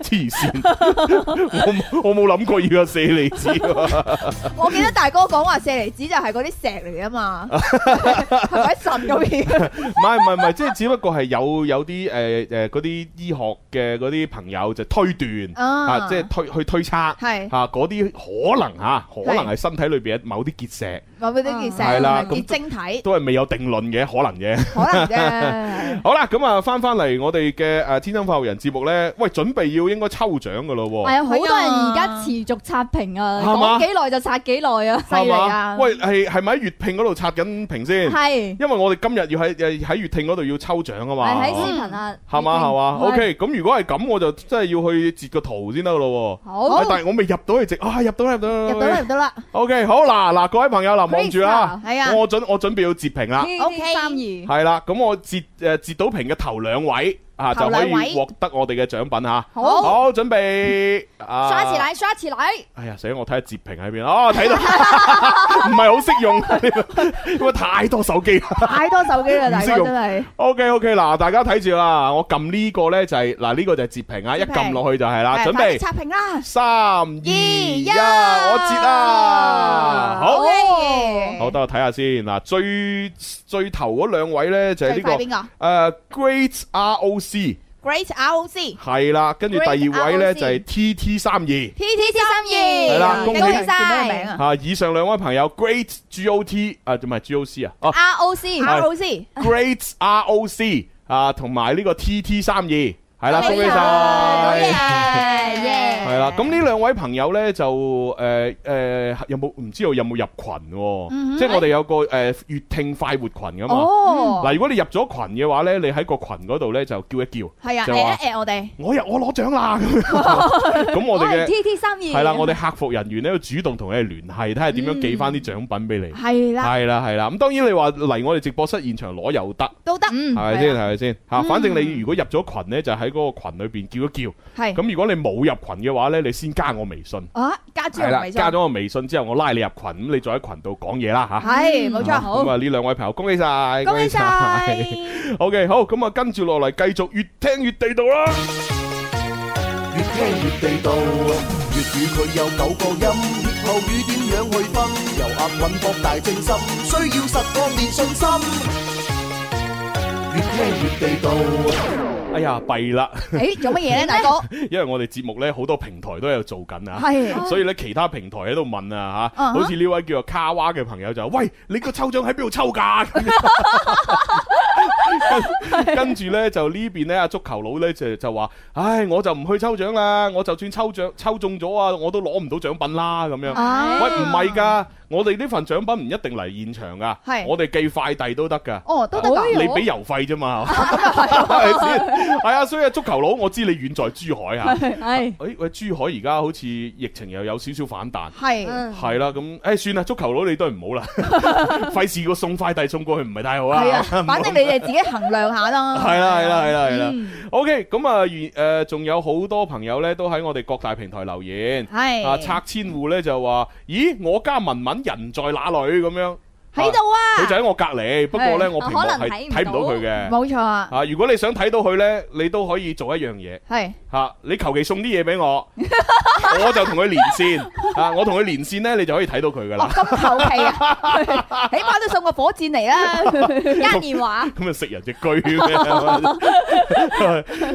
黐線， 我我冇諗過要有四厘子喎，
我記得大哥講話射離子就係嗰啲石 嚟啊嘛，係咪神嗰邊？
唔係唔係唔係，即係只不過係有有啲誒誒嗰啲醫學嘅嗰啲朋友就推斷
啊
啊，即係推去推測嚇
係
嗰啲可能嚇，可能係身體裏邊某啲結石，
話俾啲叫
係
石，
啦
唔係
咁
結晶體，
都係未有定論嘅，可能嘅。
可能啫。
好啦，咁啊翻翻嚟我哋嘅誒天生發育人節目咧，喂，準備要應該抽獎噶咯喎。
係啊，好多人而家持續刷屏啊，
係嘛
講幾耐就刷幾耐啊，
犀利
係
啊
嘛喂，係係咪喺粵拼嗰度刷緊屏先？
係
因為我哋今日要喺誒喺粵聽嗰度要抽獎啊嘛，
係喺視頻啊，
係嘛係嘛
係
，OK，咁如果係咁，我就真係要去截個圖先得咯喎。
好
哎但係我未入到去直，啊入到啦入到啦
入到啦，入到啦。
OK，好嗱嗱，各位朋友嗱，望住啦，Dạ。
Chris à。Dạ。啊係啊
我準我準備要截屏啦，
，OK 三二，
係啦，咁我截誒截到屏嘅頭兩位啊，就
頭
可
兩
以
位
獲得我哋嘅獎品吓。
好
好，準備啊，
刷起！來，刷起來，
哎呀，死我睇下截屏喺邊啊，睇到 唔係好識 用，因為太多手機啦。
太多手機啦，
唔
大哥
識用
真係
O K O K，嗱，大家睇住啦，我撳呢個呢就係嗱呢個就係截屏啊，一
截屏
撳落去就係啦，準
快啲
備
刷屏啦！
三二一，
一
我截啦，好，
耶
好，等我睇下先，嗱最最頭嗰兩位呢就係
最快
呢
邊個
個誒 Great R O C
？Great ROC
係啦，跟住第二
Great
位呢
ROC
就係 T T 三二
T T
係
三
Dạ vâng,
二，
啦恭喜
晒！名啊
啊，以上兩位朋友 Great G O T 啊，唔係 G O C 啊，哦
R O C，
係
！ROC
Great R O C 啊，同埋呢個 T T 三二係
Dạ
啦，恭
vâng,
喜晒！
耶耶
系啦，咁呢兩位朋友呢，就誒誒有冇唔知道有冇入群喎？即係我哋有個誒粵聽快活群噶嘛。
嗯哦，
嗱，如果你入咗群嘅話呢，你喺個群嗰度呢，就叫一叫，
係啊，
就
誒
話
一誒我哋
我入我攞獎啦咁樣。 咁我
我
哋
係
嘅
T T 三二，
係啦，我哋客服人員呢，要主動同你哋聯繫，睇下點樣寄翻啲獎品俾你。
嗯係啦，
係啦係啦，咁當然你話嚟我哋直播室現場攞又得，
都得，
係
嗯，
咪
係啊
先？係咪先？嚇，反正你如果入咗群呢，就喺嗰個群裏邊叫一叫。
係
咁如果你冇入群嘅話呢，你先加我微信。
啊，加
系
豬肉
啦，
微信
加咗，個微信之後，我拉你入群，咁你再喺群度講嘢啦吓。
係冇錯，
咁啊，呢兩位朋友恭喜晒，
恭喜晒！
OK，好，咁啊，跟住落嚟繼續越聽越地道啦。
越聽越地道，粵語佢有九個音，歇後語點樣去分？由押韻博大精深，需要十個練信心。越聽越地道，
哎呀，弊啦，
誒做乜嘢咧，大哥？
因為我哋節目呢，好多平台都有做緊啊。
係
所以咧，其他平台喺度問啊吓，
啊哈
好似呢位叫做卡哇嘅朋友就話：喂，你個抽獎喺邊度抽 㗎？跟跟住咧就呢邊咧，阿足球佬咧就就話：唉，我就唔去抽獎啦，我就算抽獎抽中咗啊，我都攞唔到獎品啦咁樣。
啊
喂，唔係㗎，我哋呢份獎品唔一定嚟現場㗎，
係
我哋寄快遞都得㗎。
哦，都得㗎
你俾郵費啫 嘛，
啊
係咪先？係啊，所以啊足球佬，我知你遠在珠海啊。
係
誒喂，珠海而家好似疫情又有少少反彈。
係
係啦，咁誒算啦，足球佬你都係 唔好啦，費事個送快遞送過去唔係太好
係
啦
啊。，反正你嗯哋自己衡量下啦。
係啦，係啦，係啦，係
Ừ.
啦。OK，咁啊，如誒仲有好多朋友咧，都喺我哋各大平台留言。
係
啊，拆遷户咧就話：咦，我家文文人在哪裏？咁樣
喺度啊，
佢就喺我隔離，不過咧
係啊
我屏幕
可能
係
睇唔
睇唔到
到
佢嘅。
冇錯啊，
啊，如果你想睇到佢咧，你都可以做一樣嘢。
係
吓、你求其送啲嘢俾我， 我就同佢連 線。啊，我同佢連線咧，你就可以睇到佢噶啦。
咁求其 啊，起碼都送個火箭嚟啦。
嘉年華，
咁啊食人只居咩？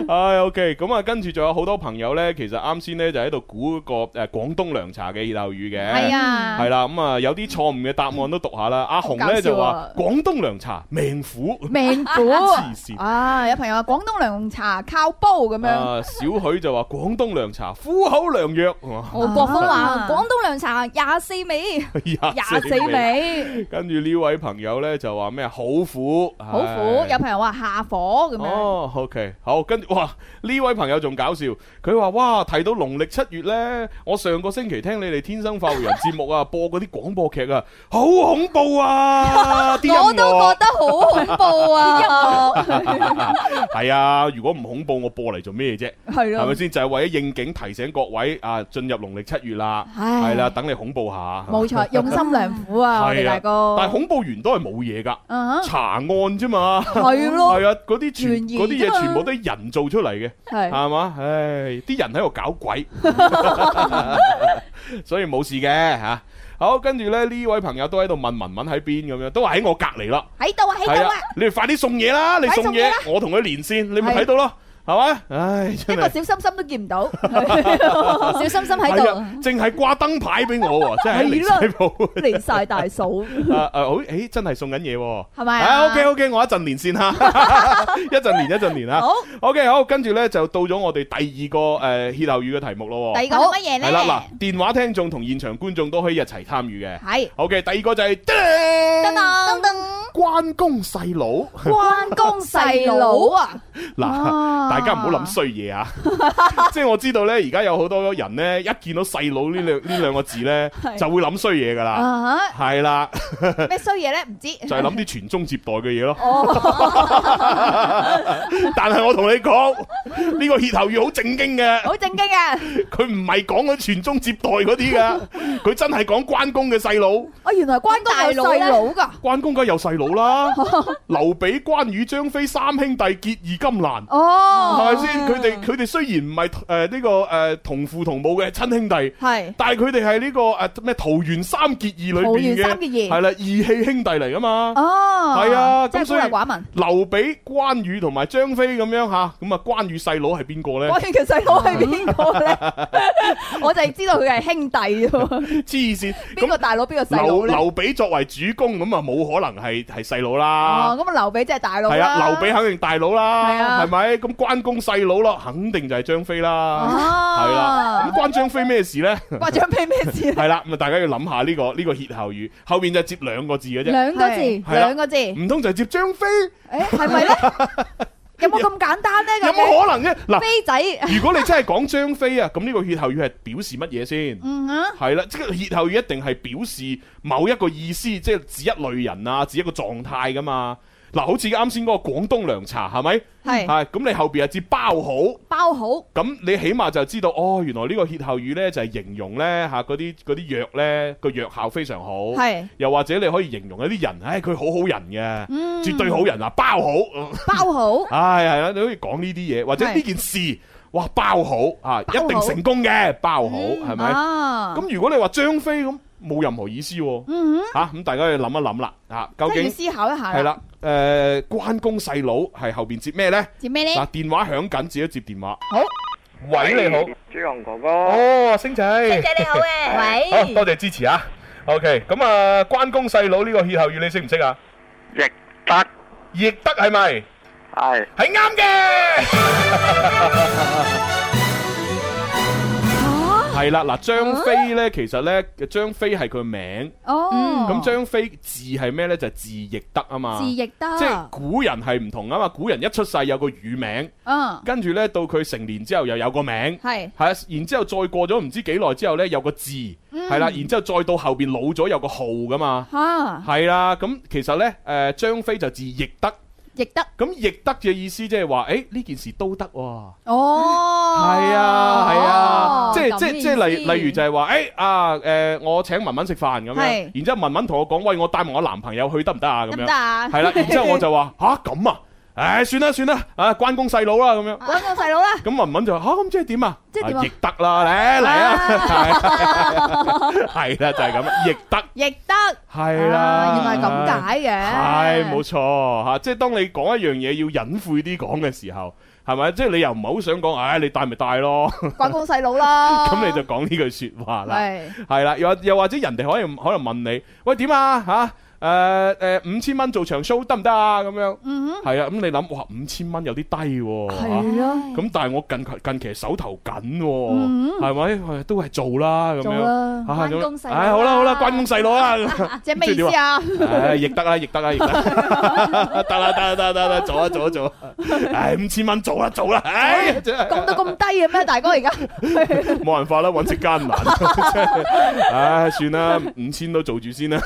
唉，OK，咁啊，跟住仲有好多朋友咧，其實啱先咧就喺度估個誒廣東涼茶嘅歇後語嘅。
係啊 à.
Dạ. 係，啦，咁啊有啲錯誤嘅答案都讀下啦。阿紅咧就話廣東涼茶命苦，
命苦
黐線
啊！有朋友話廣東涼茶靠煲咁樣，
啊小許就話廣東涼茶苦口良藥，哇
我國風話
啊
廣東涼茶廿四味，
廿
廿四。味，
跟住呢位朋友咧就話咩好苦，
好苦。
唉
有朋友話下火咁樣，
哦，OK，好，跟住哇，呢位朋友仲搞笑，佢話哇，提到農曆七月呢，我上個星期聽你哋天生化育人節目啊，播嗰啲廣播劇啊，好恐怖 啊！啲
我
音
都覺
樂
得好恐怖啊！
係啊，如果唔恐怖，我播嚟做咩啫？
係
係咪
咯，
先？就係為咗應景提醒各位啊，進入農曆七月啦，
唉
係啦，等你恐怖下。
冇 錯，用心良苦啊，我哋
係
大哥，
但係恐怖完都係冇嘢㗎，
嗯哼
查案啫嘛。
係咯，
係啊，嗰啲全
懸疑
嗰啲
啫
嘢
嘛
全部都係人做出嚟嘅。
係
係嘛？唉，啲人喺度搞 鬼，所以冇事嘅吓、好，跟住咧呢位朋友都喺度問文文喺邊咁樣，都話喺我隔離啦。
喺度啊，喺
係
度
啊
啊，，
你哋快啲送嘢啦！你
快啲
送
送嘢
嘢
啦，
我同佢連線，你咪
係
睇到咯，係嘛？唉，
一
真
個
係。
小心心 都見唔到，
小心心喺
係
度
啊，，淨係掛燈牌俾我 喎，真係喺離晒譜。
離晒大嫂，
啊啊，好，誒，真係送緊嘢喎。
係咪
啊
啊
，OK OK，我一陣連線嚇， 一陣連一陣連嚇。
好，
OK，好，跟住咧就到咗我哋第二個誒歇後語嘅題目咯喎。
第二個係乜嘢
系啦，嗱
咧？，
電話聽眾同現場觀眾都可以一齊參與嘅。
係。
好嘅，第二個就係噔
噔噔，
關公細佬。
關公細佬啊，
嗱，
啊
大家唔好諗衰嘢啊！ 即係我知道呢，而家有好多人呢，一見到細佬呢 兩呢兩個字呢，
係
就會諗衰嘢噶啦。
啊哈
係啦，
咩衰 嘢咧？唔知
就係諗啲傳宗接代嘅嘢咯。
哦
但係我同你講，呢個歇後語好正經 嘅，
好正經啊！
佢唔係講緊傳宗接代嗰啲 噶，佢真係講關公嘅細佬。
我原來關公有細佬噶，
關公梗係有細佬 啦，劉備、關羽、張飛三兄弟結義金蘭，係
哦，
咪先？佢哋佢哋雖然唔係誒呢個誒、呃同父同母嘅親兄弟，
係
但係佢哋係呢個誒咩桃園三結義裏
桃
邊
園
嘅
三結義
係啦義氣兄弟嚟噶嘛。
哦，
係啊
即
咁
係
所以
孤陋寡聞。
劉備、關羽同埋張飛咁樣吓，咁啊關羽細佬係邊個呢
關？羽嘅細佬係邊 個咧？我就係知道佢係兄弟啫喎，
黐線
邊個
咁。
大佬邊個細佬
劉
咧？
劉備作為主公咁啊，冇可能係係細佬啦
哦，。咁啊劉備即係大佬
系啊，
啦，
劉備肯定大佬
係
啦，
啊
係咪？咁關公細佬咯，肯定就係張飛啦，
啊
係啦。咁關張飛咩事呢？
關張飛咩事咧？
係啦，咁啊，大家要諗下呢個呢個歇後語，後面就接兩個字嘅啫，
兩個字
係。
係啦
兩個字，誒
唔通就係接張飛？
係 咪咧？有冇咁簡單咧？
有
咁樣
冇可能啫？嗱，
飛仔
如果你真係講張飛啊，咁呢個歇後語係表示乜嘢先？
嗯啊，
係啦，即係歇後語一定係表示某一個意思，即係指一類人啊，指一個狀態噶嘛。嗱，好似啱先嗰個廣東涼茶係咪？
係
係咁，你後邊係接包好。
包好，
咁你起碼就知道，哦，原來呢個歇後語呢，就係形容呢嚇嗰啲嗰啲藥呢個藥效非常好，
係
又或者你可以形容一啲人，唉，佢好好人嘅，
嗯
絕對好人啊，包 好，
包好。
唉係啦，啊你可以講呢啲嘢，或者
係
呢件事，哇，包好啊，
包好
一定成功嘅，包好係咪？
啊，
咁如果你話張飛咁，冇任何意思喎，
嗯，
嚇咁大家要諗一諗啦，嚇究
即係要
竟
思啊考一下。
係，啦，誒關公細佬係後邊接咩呢？
接咩咧
嗱，？電話響緊，自己接電話。
好，
喂，你好。
朱紅哥哥，
哦，星仔，星仔你好嘅，喂，好多謝支持啊。OK，咁啊，關公細佬呢個歇後語你識唔識啊？
亦得
亦得係咪？
係
係啱 嘅。係啦，嗱，張飛咧，其實咧，張飛係佢名，
哦，
咁張飛字係咩咧？就係字亦得啊嘛
字。亦得，
即係古人係唔同啊嘛，古人一出世有個乳名，
嗯，
跟住咧到佢成年之後又有個名。
係
係啊，然之後再過咗唔知幾耐之後呢，有個字係啦，然之後再到後邊老咗有個號噶嘛，
吓，
係啦，咁其實呢，誒張飛就字翼德，
亦得
咁翼德嘅意思即係話，誒呢件事都得喎，
哦，
係啊係啊，
哦
即係
咁
即
嘅
係即
意思
係例例如就係話，誒啊誒我請文文食飯咁樣
係，
然之後文文同我講，喂我帶埋我男朋友去得唔得啊咁
得唔
樣
得，啊？
係啦，然之後我就話吓咁啊，唉算啦算啦，啊關公細佬啦咁樣。
搵個細佬啦，
咁文文就話嚇咁即係點啊？
即係點啊
啊亦得啦，嚟嚟啊！係啦，就係咁啦，亦得
亦得，
係
啊
啦，
原來咁解
係
嘅，
冇錯嚇，即係當你講一樣嘢要隱晦啲講嘅時候，係咪？即係你又唔係好想講，唉，你帶咪帶咯，
關公細佬啦，
咁你就講呢句説話啦，
哦係
係啦，又或又或者人哋可以可能問你，喂點啊嚇？誒誒五千蚊做場 show 得唔得啊？咁樣
嗯哼，啊
係啊，咁你諗哇五千蚊有啲低喎。嚇
係咯，
咁但係我近期近期手頭緊喎，
嗯
係咪、唉都係做啦咁
做
樣。
啦，
啊咁
關公細佬
唉，好啦好啦，關公細佬啦， 咁樣
即係咩意思啊？
唉，亦得啦，亦得啦，亦得啦，得啦， 得啦，得啦得啦，做啦，做啦，做啦，唉，五千蚊做啦，做啦，唉，真係
降到咁低嘅咩，大哥而 家？
冇辦法啦，揾食艱難，真係 唉，算啦，五千都做住先啦，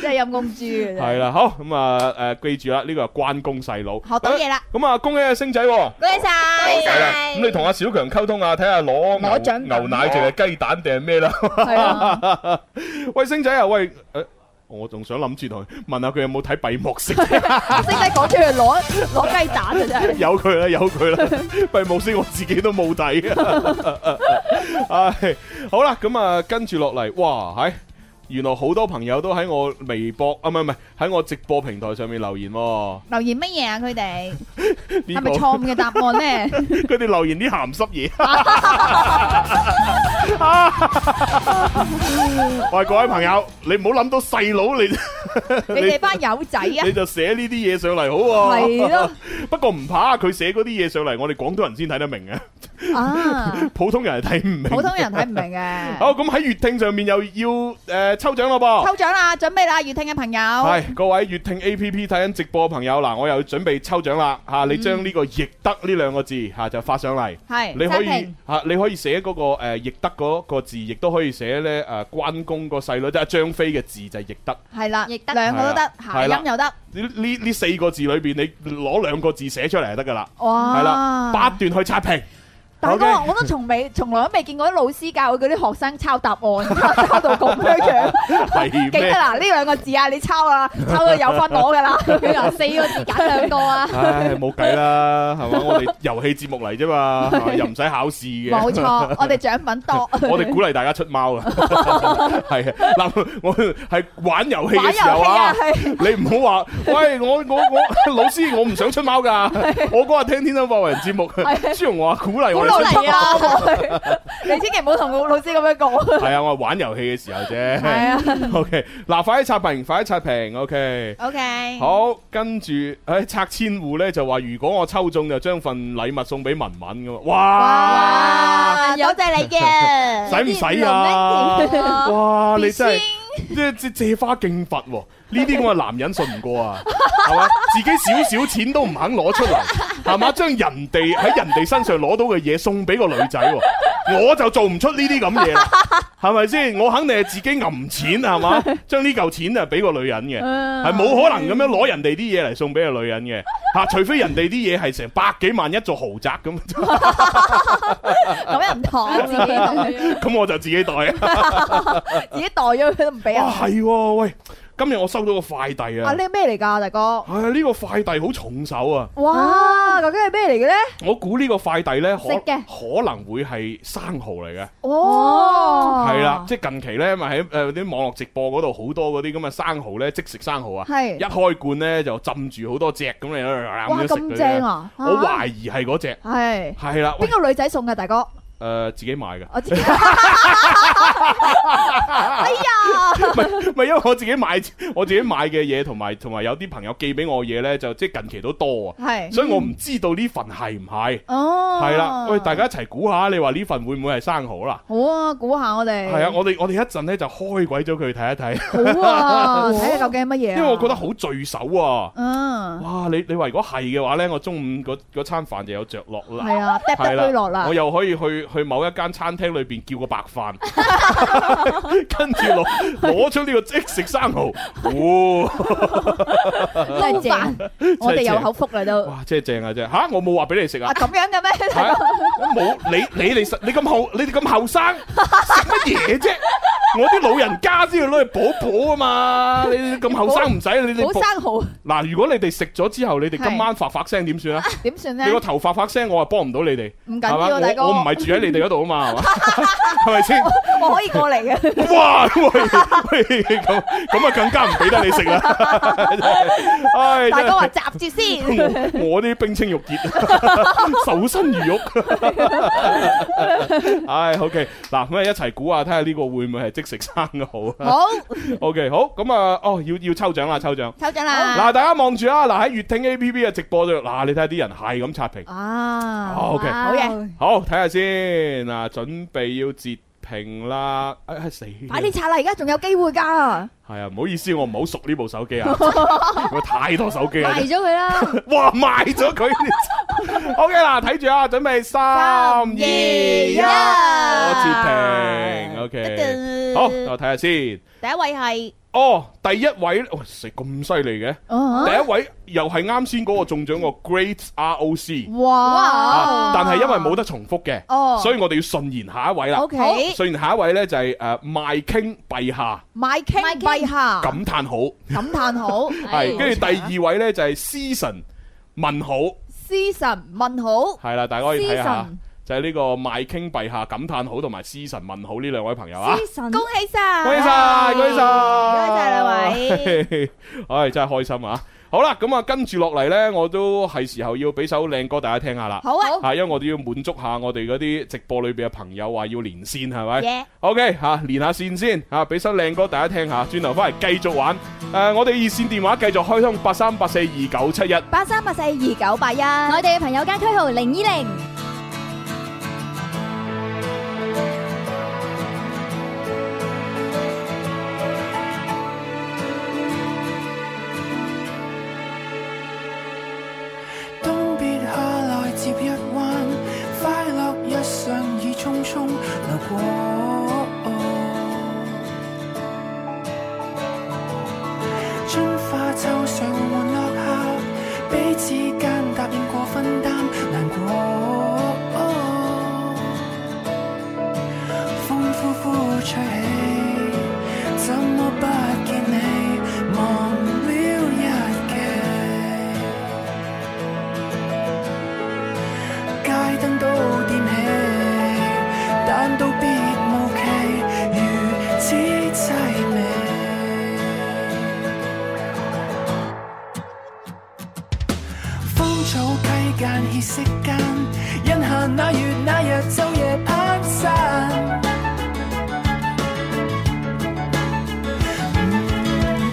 即係陰公豬 嘅啫。
係啦，好咁啊，誒，記住啦，呢個係關公細佬，
學到嘢啦，
咁啊，恭喜阿星仔喎！
恭喜晒，
係啦，咁你同阿小強溝通下，睇下攞
攞獎
牛牛
品
奶定係雞蛋定係咩啦？
係啊，
喂，星仔啊，喂，誒，我仲想諗住同佢問下佢有冇睇閉幕 式，
星仔講出去攞 攞雞蛋啊，真係。
有佢啦，有 佢啦，閉幕式我自己都冇睇。 唉，好啦，咁啊，跟住落嚟，哇，係。原來好多朋友都喺我微博啊，唔係唔係喺我直播平台上面留言喎，
留言乜嘢啊？佢哋
呢
係咪
個
錯誤嘅答案咧？
佢哋留言啲鹹濕 嘢。 喂，各位朋友，你唔好諗到細佬 你。
你哋班友仔啊
你，就寫呢啲嘢上嚟好喎。
係咯。
不過唔怕，佢寫嗰啲嘢上嚟，我哋廣東人先睇得明嘅，
啊，
普通人係睇唔 明。
普通人睇唔明嘅。
好，咁喺月聽上面又要誒抽獎咯噃。
抽獎啦，準備啦，粵聽嘅朋友。
系各位粵聽 A P P 睇緊直播嘅朋友嗱，我又準備抽獎啦吓，
嗯
你將呢個譯得呢兩個字吓就發上嚟，
係
你可以
暫停
吓你可以寫嗰個誒譯得嗰個字，亦都可以寫咧誒關公個細佬即係張飛嘅字就係譯得。
係啦，
亦得
兩個都得，
係啦
諧音又得。
呢呢呢四個字裏邊，你攞兩個字寫出嚟就得噶啦。
哇！
係啦，八段去刷 屏。
大哥
OK
我 都從未從來都未見過啲老師教嗰啲學生抄答案，抄到咁樣樣。
係
記得
咩？
啦，呢兩個字啊，你抄啊，抄到有分攞㗎
佢
啦。
話四個字揀兩個 啊，
唉，冇計啦，係嘛？我哋遊戲節目嚟啫嘛，係嘛又唔使考試嘅。
冇錯，我哋獎品多。
我 哋鼓勵大家出貓啊，係啊，嗱，我係玩遊戲嘅時候啊
玩遊戲啊，
你唔好話，喂，我我我 老師，我唔想出貓㗎，我嗰日聽《天生發圍人》節目，朱紅話鼓勵
好
我
努
哋出
力啊！你千祈唔好同我老師咁樣講。
貓，係啊，我係玩遊戲嘅時候啫。
係啊
OK，嗱，快啲刷屏，快啲刷屏，OK。
，OK。
好，跟住誒拆千户咧就話，如果我抽中就將份禮物送俾文文咁啊！哇，
哇，多謝你嘅。
使唔使啊？哇，你真係
別
即即借花敬佛喎！呢啲咁嘅男人信唔過啊，係嘛？自己少少錢都唔肯攞出嚟，係嘛？將人哋喺人哋身上攞到嘅嘢送俾個女仔喎，我就做唔出呢啲咁嘢啦，係咪先？我肯定係自己揞錢係嘛？將呢嚿錢啊俾個女人嘅。係冇可能咁樣攞人哋啲嘢嚟送俾個女人嘅吓，除非人哋啲嘢係成百幾萬一座豪宅咁，
咁又唔妥，自 己袋，
咁我就自己袋啊。
自己袋咗佢都唔俾人
哇，。啊係喎，喂，今日我收到個快遞
哎啊，
啊
呢，個咩嚟㗎，大哥？
係呢個快遞好重手啊！
哇，究竟係咩嚟嘅咧？
我估呢個快遞呢，可
食嘅
可能會係生蠔嚟嘅，
哦，
係啦，，即係近期呢，咪喺誒啲網絡直播嗰度好多嗰啲咁嘅生蠔呢，即食生蠔啊，
係
一開罐呢，就浸住好多隻咁你咁
哇，
樣食佢
咁正
啫。
啊！
我
啊
懷疑係嗰只，
係
係啦，喂
邊個女仔送嘅，大哥？
誒自己買嘅。
我知。哎
唔
呀，
係因為我自己買， 我自己買嘅嘢同埋同埋有啲朋友寄俾我嘅嘢呢，就即係近期都多啊，
係
所以我唔知道呢份係唔係。
哦，
係啦，喂，大家一齊估下，你話呢份會唔會係生蠔啦？
好啊，估下我哋
係啊，我哋我哋一陣呢就開鬼咗佢睇一睇，
好 啊，睇下究竟係乜嘢啊？
因為我覺得好聚手啊！
嗯，
哇，你你話如果係嘅話呢，我中午嗰嗰餐飯就有着落啦。
係啊，嗒
係
得杯落啦
我，又可以去去某一間餐廳裏邊叫個白飯， 跟住攞攞出呢個即食生 蠔，哦哇！
真係正，我哋有口福啦都。
哇，真係正啊！真係吓，我冇話俾你食
啊
啊！
咁樣嘅咩？
嚇我冇你你哋你咁後你哋咁後生食乜嘢啫？我啲老人家先要攞去補補啊嘛！你哋咁後生唔使，你哋
好
補
生蠔
嗱，如果你哋食咗之後，你哋
係
今晚發發聲點算啊？
點算咧
你？個頭發發聲，我係幫唔到你哋，
唔緊
係嘛
要啊，大哥，
我我唔係住喺你哋嗰度啊嘛，係嘛？係咪先？
我可以過嚟嘅。
哇！喂喂，咁咁啊，更加唔俾得你食啦。唉，
大
真
哥
係
話閘住先，
我 我啲冰清玉潔， 手身如玉。 唉，OK，嗱咁啊，一齊估下睇下呢個會唔會係即食生嘅好啊
好
？OK，好咁啊，哦，要要抽獎啦，抽獎。
抽獎啦，
嗱，大家望住啊！嗱，喺粵聽 A P P 嘅直播度，嗱，你睇下啲人係咁刷屏。
啊，
好 OK，
好嘢，
好睇下先嗱，準備要截屏啦！哎死啦！
快啲刷啦，而家仲有機會㗎，
係啊，唔好意思，我唔好熟呢部手機啊，我太多手機啊！
賣咗佢啦，
哇，賣咗佢 ！OK 啦，睇住啊，準備三二一，我截屏。OK，好，我睇下先。
第一位係，
哦，第一位，哇食咁犀利嘅，
哦
第一位又係啱先嗰個中獎個 Great ROC。啊
哇，
但係因為冇得重複嘅，
哦
所以我哋要順延下一位啦。
，OK，
順延下一位呢，就係誒賣傾陛下
買傾
傾
陛下，
感嘆號，
感嘆 號，
係啊跟住第二位呢，就係 season 問號，
，season 問號，
係啦，大家可以睇下
Season。
就係呢個賣傾陛下感嘆號同埋 season 問號呢兩位朋友啊，
思神
恭喜晒，
恭喜晒，恭喜晒，
多謝兩位，
位， 唉，真係開心啊！好啦，咁啊，跟住落嚟呢，我都係時候要俾首靚歌大家聽下啦。
好啊，
係，因為我哋要滿足下我哋嗰啲直播裏邊嘅朋友話啊要連線，係咪？
耶，
OK 吓、連下線先吓，俾首靚歌大家聽下，轉頭翻嚟繼續玩。誒、我哋熱線電話繼續開通八三八四二九七一。
八三八四二九八一，
我哋嘅朋友家區號零二零。
當別下來接一彎，快樂日常已匆匆流過。春花秋上換落下，彼此間答應過分擔，難過。風呼呼吹起，怎麼不見你？忘了日記。街燈都點起，但都別無期，如此凄美。芳草溪間歇息間，因下那月那日晝夜攀山。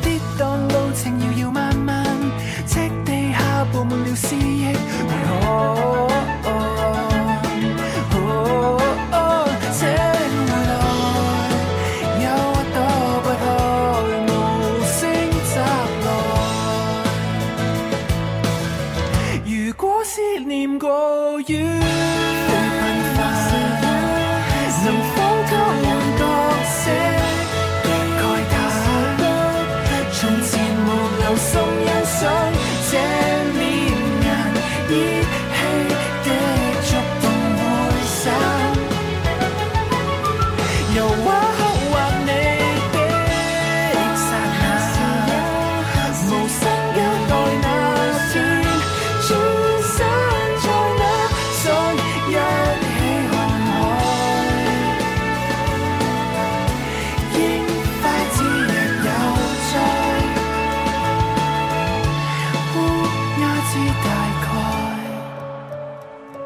跌宕路程遙遙漫漫，赤地下布滿了思憶，為何？請回來，有一朵不開，無聲摘落。如果思念過於會噴發，能否交換角色？蓋他，從前沒留心欣賞這臉顏，依稀的觸動會散。油畫刻畫你的剎那，無聲交代那天，轉身在哪？想一起看海。櫻花之日有再，烏鴉之大概。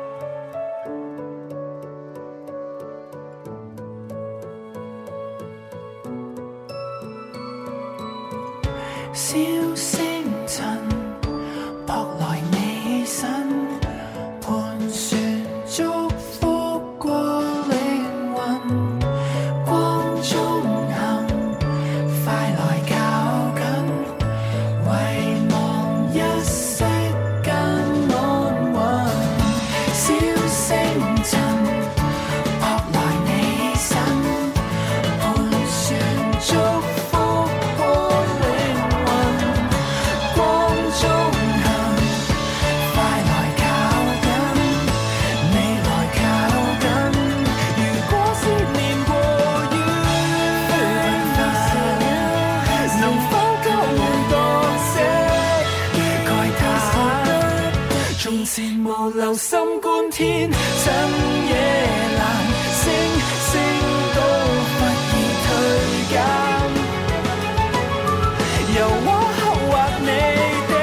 笑聲襯撲來你身，盤旋祝福過靈魂。光中行，快來靠近，遺忘一息間安穩。小星辰撲來你身，盤旋祝福過靈魂。光中行，快來靠近。你來靠近，如果思念過於奔發，能否交換角色蓋他？從前無留心觀天，怎夜闌星星都忽然退減。油畫刻畫你的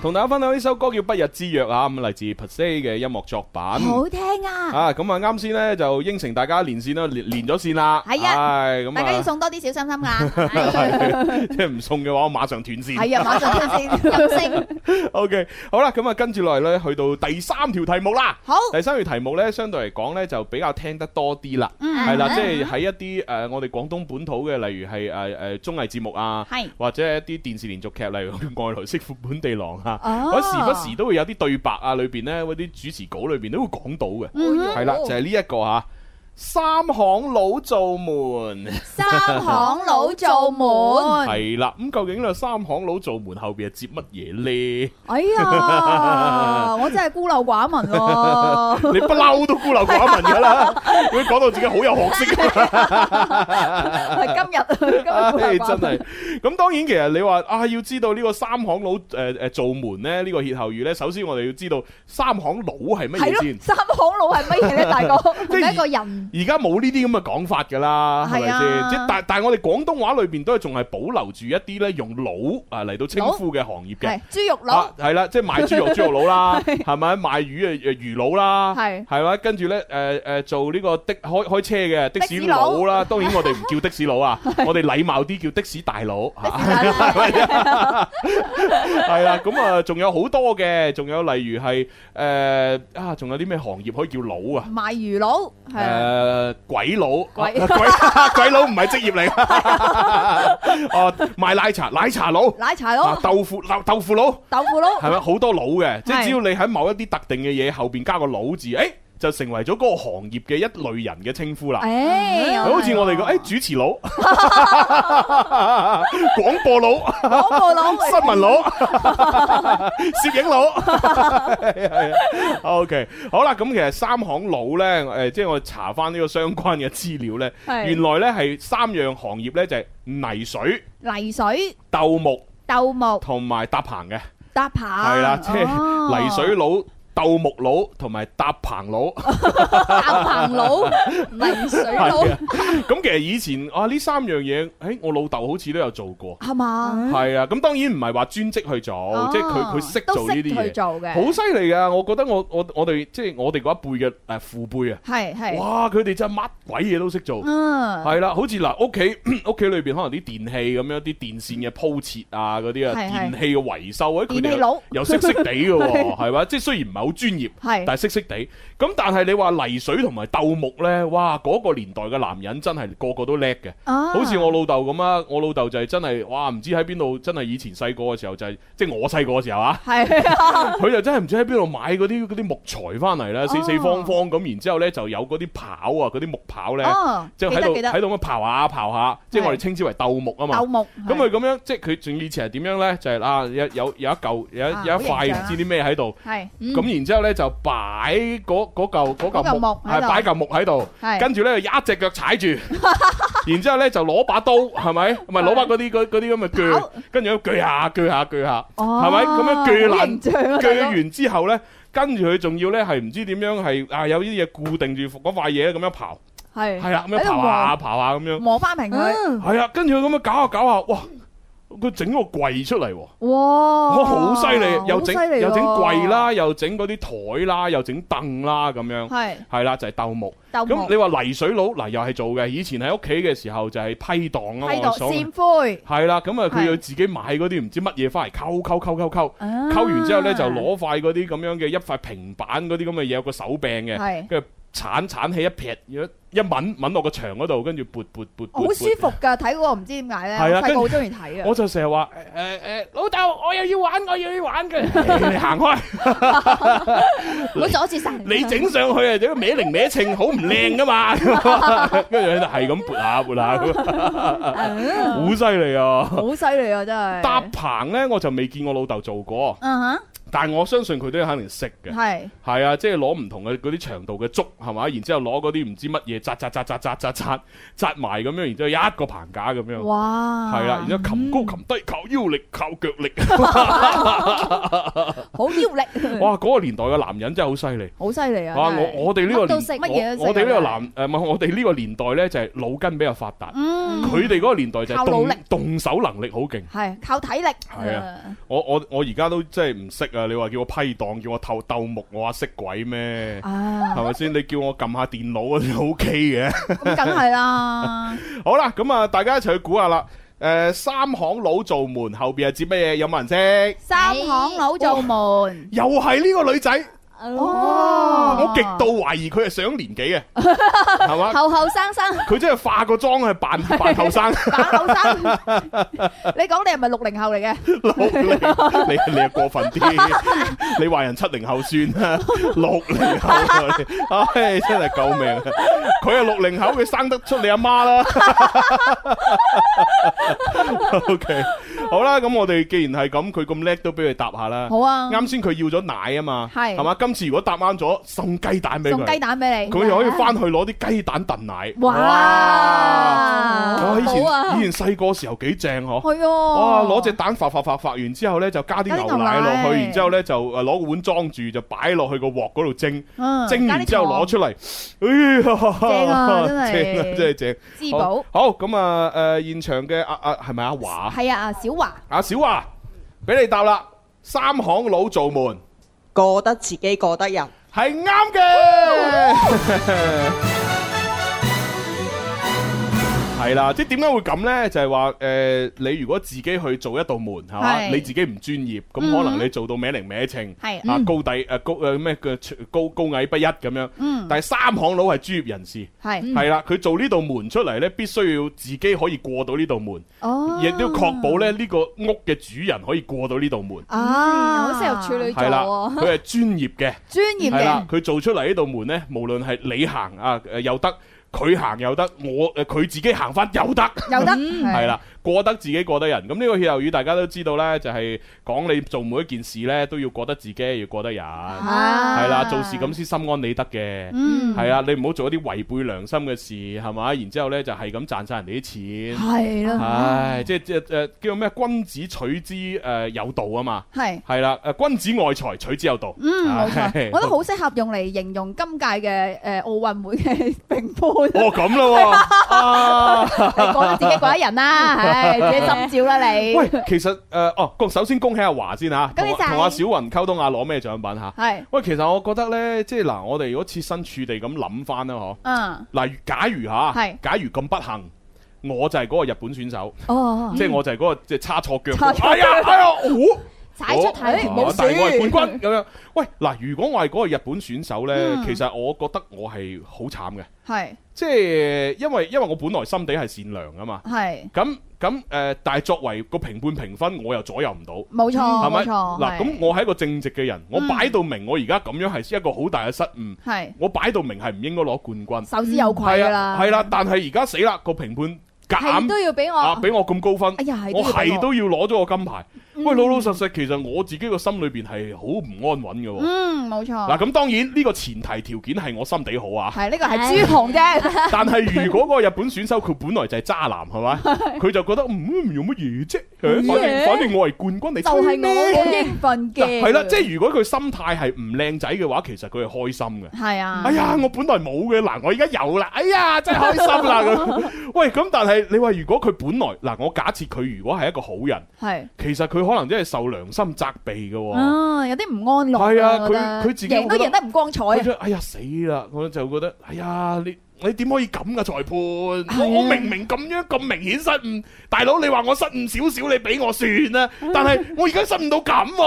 同大家分享呢首歌叫《不日之約》啊，咁嚟自 p e r s e 嘅音樂作品。
好聽啊！
啊，咁啊，啱先咧就應承大家連線啦，連連咗線啦。
係啊
唉咁
大家要
啊，
送多啲小心心 㗎。
即係唔送嘅話，我馬上斷線。
係啊，馬上 先入聲。
O K，好啦，咁啊，跟住落嚟咧，去到第三條題目啦。
好，
第三條題目咧，相對嚟講咧就比較聽得多啲啦，
嗯
係啦，即係喺一啲誒我哋廣東本土嘅，例如係誒誒綜藝節目啊，
係
或者一啲電視連續劇，例如《外來媳婦本地郎》啊，
哦
或者時不時都會有啲對白啊，裏邊咧嗰啲主持稿裏邊都會講到嘅，
嗯
係啦，就係呢一個嚇。三行佬做門
三行佬做門。
係啦，咁究竟呢個三行佬做門後邊係接乜嘢呢？
哎 呀，我真係孤陋寡聞喎。
你不嬲都孤陋寡聞㗎 啦，會講到自己好有學識㗎嘛
係今日今日孤陋
唉
寡
真
聞。
係，咁當然其實你話啊，要知道呢個三行佬誒誒做門咧，呢、個歇後語咧，首先我哋要知道三行佬係乜
係
嘢
咯
先，。
三行佬係乜嘢咧，大哥？
即係
係一個人
而家冇呢啲咁嘅講法㗎啦，係咪
係啊
先？即係但但係我哋廣東話裏邊都係仲係保留住一啲咧用佬啊嚟到稱呼嘅行業嘅
係。豬肉佬
啊，。係啦，即係賣豬肉豬肉佬 啦，係咪賣魚啊誒魚佬啦，
係
係咪？跟住咧誒誒做呢個的開開車嘅的
的
士
士
佬
佬
啦，當然我哋唔叫的士佬 啊，我哋禮貌啲叫的士大佬嚇。係啦，咁啊，仲有好多嘅，仲有例如係誒啊，仲有啲咩行業可以叫佬啊？
賣魚佬係啊
誒鬼佬，
鬼
啊鬼 鬼佬唔係職業嚟 㗎，哦賣奶茶奶茶佬，
奶茶
啊
佬、
豆腐豆豆腐佬。
豆腐佬
係咪好多佬嘅？即係
係
只要你喺某一啲特定嘅嘢後邊加個佬字，誒就成為咗嗰個行業嘅一類人嘅稱呼啦。
啊
誒，
好似我哋個誒主持 佬、廣播佬、
廣告佬、
新聞佬、 攝影佬， 係啊，OK，好啦，咁其實三行佬呢，誒，即係我查翻呢個相關嘅資料呢，
係
原來呢係三樣行業呢，就係泥水、
泥水、
鬥木
豆木、
同埋搭棚嘅。
搭棚，
係啦，即
啊哦
係泥水佬。鬥木佬同埋搭棚佬，
搭 棚佬、泥水佬
係，啊咁其實以前啊呢三樣嘢，誒我老豆好似都有做過，
係嘛？
係啊，咁當然唔係話專職去做，即係佢佢識做呢
哦都識去
啲嘢，
做嘅，
好犀利噶！我覺得我我我哋即係我哋嗰一輩嘅誒父輩啊，
係係，
哇佢哋真係乜鬼嘢都識做，
嗯，
係啦，好似嗱屋企 屋企裏邊可能啲電器咁樣，啲電線嘅鋪設啊嗰啲啊，
係係
電器嘅維修啊，佢
電器
哋
佬
又又識識地嘅 喎，係嘛？即係雖然唔係好專業。
係
但係識識地。咁但係你話泥水同埋鬥木呢，哇！嗰、個年代嘅男人真係個個都叻嘅，
啊，，
好似我老豆咁啊！我老豆就係真係哇，唔知喺邊度，真係以前細個嘅時候就係、即係我細個嘅時候啊
係啊，
佢就真係唔知喺邊度買嗰啲嗰啲木材翻嚟啦，
哦
四四方方咁，然之後呢就有嗰啲刨啊，嗰啲木刨呢，
哦，
即
記
係喺
得
度
記得
喺，度咁刨下刨下，即係我哋稱之為鬥木啊嘛
豆。木，
咁佢咁樣，即係佢仲以前係點樣呢？就係、啊，有有有一嚿有一
啊
有一
好形象
塊唔
啊
知啲咩喺度。
係
嗯
咁然之後咧就擺嗰嗰嚿嗰
嗰
嚿
嚿
木
木
係
喺度
擺嚿木喺度，
係
跟住咧一隻腳踩 住，然之後咧就攞把刀係咪？唔係攞把嗰啲嗰嗰啲咁嘅鋸
刨，
跟住咁鋸下鋸下鋸下，
哦
係咪？咁樣鋸
好
爛
形象 啊
鋸
大哥
完之後咧，跟住佢仲要咧係唔知點樣係啊有啲嘢固定住嗰塊嘢咁樣刨，
係
係啦咁樣
喺度
刨下刨下咁樣，
磨嗯翻平佢，
係啊，跟住佢咁樣搞下搞下，哇！佢整個櫃出嚟喎。
哇，
哇，好犀利！又整
哦好犀利
又整
喎
櫃，啦，又整嗰啲台啦，又整凳啦，咁樣
係
係啦，就係鬥木。
豆木
咁，你話泥水佬嗱，又係做嘅。以前喺屋企嘅時候就係批檔啊
批
嘛，
度
所謂
扇灰，
係啦。咁啊，佢
係
要自己買嗰啲唔知乜嘢翻嚟溝溝溝溝溝，溝
溝
完之後咧就攞塊嗰啲咁樣嘅一塊平板嗰啲咁嘅嘢，有個手柄嘅，
係
跟住鏟鏟起一撇，一抿抿落個牆嗰度，跟住撥撥撥撥。
好
撥
舒服㗎，睇嗰個唔知點解咧，
係啊
我細
跟
個好中意睇啊
我。就成日話誒誒老豆，我又要玩，我又要玩 嘅，你行開。
唔好阻住晒人。
你整上去啊，整個歪零歪稱，好唔靚噶嘛，跟住喺度係咁撥下撥下咁，好犀利啊！
好犀利啊！真係
搭棚呢，我就未見我老豆做過，
嗯哼，
但係我相信佢都肯定識嘅。
係
係啊，即係攞唔同嘅嗰啲長度嘅竹係嘛，然之後攞嗰啲唔知乜嘢扎扎扎扎扎扎扎扎埋咁樣，然之後一個棚架咁樣。
哇，嗯
係啊啦，然之後擒高擒低，靠腰力，靠腳 力。
好 腰力，
哇！嗰個年代嘅男人真係好犀利。
好犀利啊！
啊！
真係
我我哋呢個
乜都
年
食
我
乜
嘢都食
我
啊
哋呢
係
個
咪
男呃誒唔係我哋呢個年代咧就係腦筋比較發達，
嗯
佢哋嗰個年代就係
靠努力
動動手能力好勁。
係靠體力，
係啊我我我而家都真係唔識啊！你話叫我批檔，叫我鬥鬥木，我話識鬼咩？
啊，
係咪先？你叫我撳下電腦啊都 OK 嘅。
咁梗係啦，
好啦，咁啊，大家一齊去估下啦。誒，三行佬做門後邊係接乜嘢？有冇人識？
三行佬做門，
又係呢個女仔，
哦
我極度懷疑佢係上年紀嘅，係嘛？
後後生生，
佢真係化個妝係扮扮後生。
打後生，你講你係咪六零後嚟嘅？
六零，你你又過分啲，你話人七零後算啦， 六零後啊你唉真係救命啊！佢係六零後，佢生得出你阿媽啦。OK，好啦，咁我哋既然係咁，佢咁叻都俾佢答下啦。
好啊，
啱先佢要咗奶啊嘛，
係
係嘛？今次如果答啱咗，送雞蛋俾
送雞
佢，
蛋俾你，
佢又可以翻去攞啲雞蛋燉奶。
哇
哇！以前
好啊
以前細個時候幾正嗬。
係喎，
哇！攞只蛋發發發發完之後呢，就加啲
加啲
牛奶
牛奶
落去，然之後呢，就誒攞個碗裝住，就擺落去個鑊嗰度蒸，
嗯
蒸
加啲
完之後
糖
攞出嚟，哎呀，
正啊真係
正啊，真係正！
滋
好
補，
好咁啊誒，現場嘅阿阿係咪阿華
係啊，阿小華。
阿小華，俾你答啦，三行佬做門
過得自己過得人，
係啱嘅。 係啦，即係點解會咁呢？就係話誒，你如果自己去做一道門，係嘛，
係嗯
你自己唔專業，咁可能你做到歪零歪稱，
係
啊高低誒高誒咩嘅高高矮不一咁樣。
嗯
但係三行佬係專業人士，
係
係啦，佢做呢道門出嚟呢，必須要自己可以過到呢道門，
哦
亦都要確保咧呢個屋嘅主人可以過到呢道門。
À, 啊，
好適合處女座
係 啦，
喎。
佢係專業嘅。
專業
係啦
嘅，
佢做出嚟呢道門呢，無論係你行啊誒又得，佢行又得，我誒佢自己行翻又得，
有得
係
係
啦，過得自己過得人。咁呢個歇後語大家都知道啦，就係講你做每一件事呢，都要過得自己，要過得人，係
啊
啦，做事咁先心安理得嘅。
嗯
係啊，你唔好做一啲違背良心嘅事，係嘛？然之後咧就係咁賺晒人哋啲錢，
係啦，
唉，即係即係誒叫咩？君子取之誒有道啊嘛，
係
係啦，誒君子愛財，取之有道。
嗯冇錯
係，
我覺得好適合用嚟形容今屆嘅誒奧運會 嘅評判，
哦咁啦喎，啊，
你覺得自己嗰一人啦，唉，自己心照啦你，
喂，其實誒、呃哦，恭首先恭喜阿華先嚇，
恭
同
喜晒啊
同阿小雲溝通下攞咩獎品嚇。
係，
喂，其實我覺得呢，即係嗱，我哋如果設身處地咁諗翻啦，嗬，
嗯，
嗱，假如嚇，
係
假如咁不幸。我就係嗰個日本選手，
哦，
即係我就係嗰個即係叉錯 腳
叉錯，腳
哎呀哎呀，哦
踩出
哎
體，
冇
啊
事
但係我係冠軍咁樣。喂，嗱，如果我係嗰個日本選手呢，
嗯
其實我覺得我係好慘嘅，
係
即係因為因為我本來心地係善良啊嘛，
係
咁咁誒，呃但係作為個評判評分，我又左右唔到，
冇錯
係咪？
哦冇錯，
嗱，咁我係一個正直嘅人，我擺到明，我而家咁樣係一個好大嘅失誤，
係
我擺到明係唔應該攞冠軍，
首之有愧
係
㗎
啊，
啦，
係啦，但係而家死啦，個評判
係
硬
都要俾
啊，
我。
俾我咁高分
哎。呀，係
我係
要俾
都要攞咗個金牌，喂老老實實，其實我自己個心裏邊係好唔安穩嘅喎。
嗯冇錯，
嗱咁當然呢個前提條件係我心地好啊，
係呢個係朱 紅 啫，
但係如果嗰個日本選手佢本來就係渣男係咪？佢就覺得嗯用乜嘢啫？誒反正反正我係冠軍，你
就係我
吹
我
咩
應份嘅，
嗱係啦，即係如果佢心態係唔靚仔嘅話，其實佢係開心嘅。
係啊，
哎呀，我本來冇嘅，嗱我而家有啦，哎呀真係開心啦 咁。喂，咁但係你話如果佢本來嗱，我假設佢如果係一個好人，
係。
其實佢可能真係受良心責備嘅喎。
啊，有啲唔安樂
係啊
我覺得
佢佢自己
贏都
覺得
贏得唔光彩
佢
啊！
就哎呀死啦！我就覺得哎呀你。你點可以咁嘅裁判？
係啊
我我明明咁樣咁明顯失誤，大佬你話我失誤少少，你俾我算啦。但 係我而家失誤到咁喎、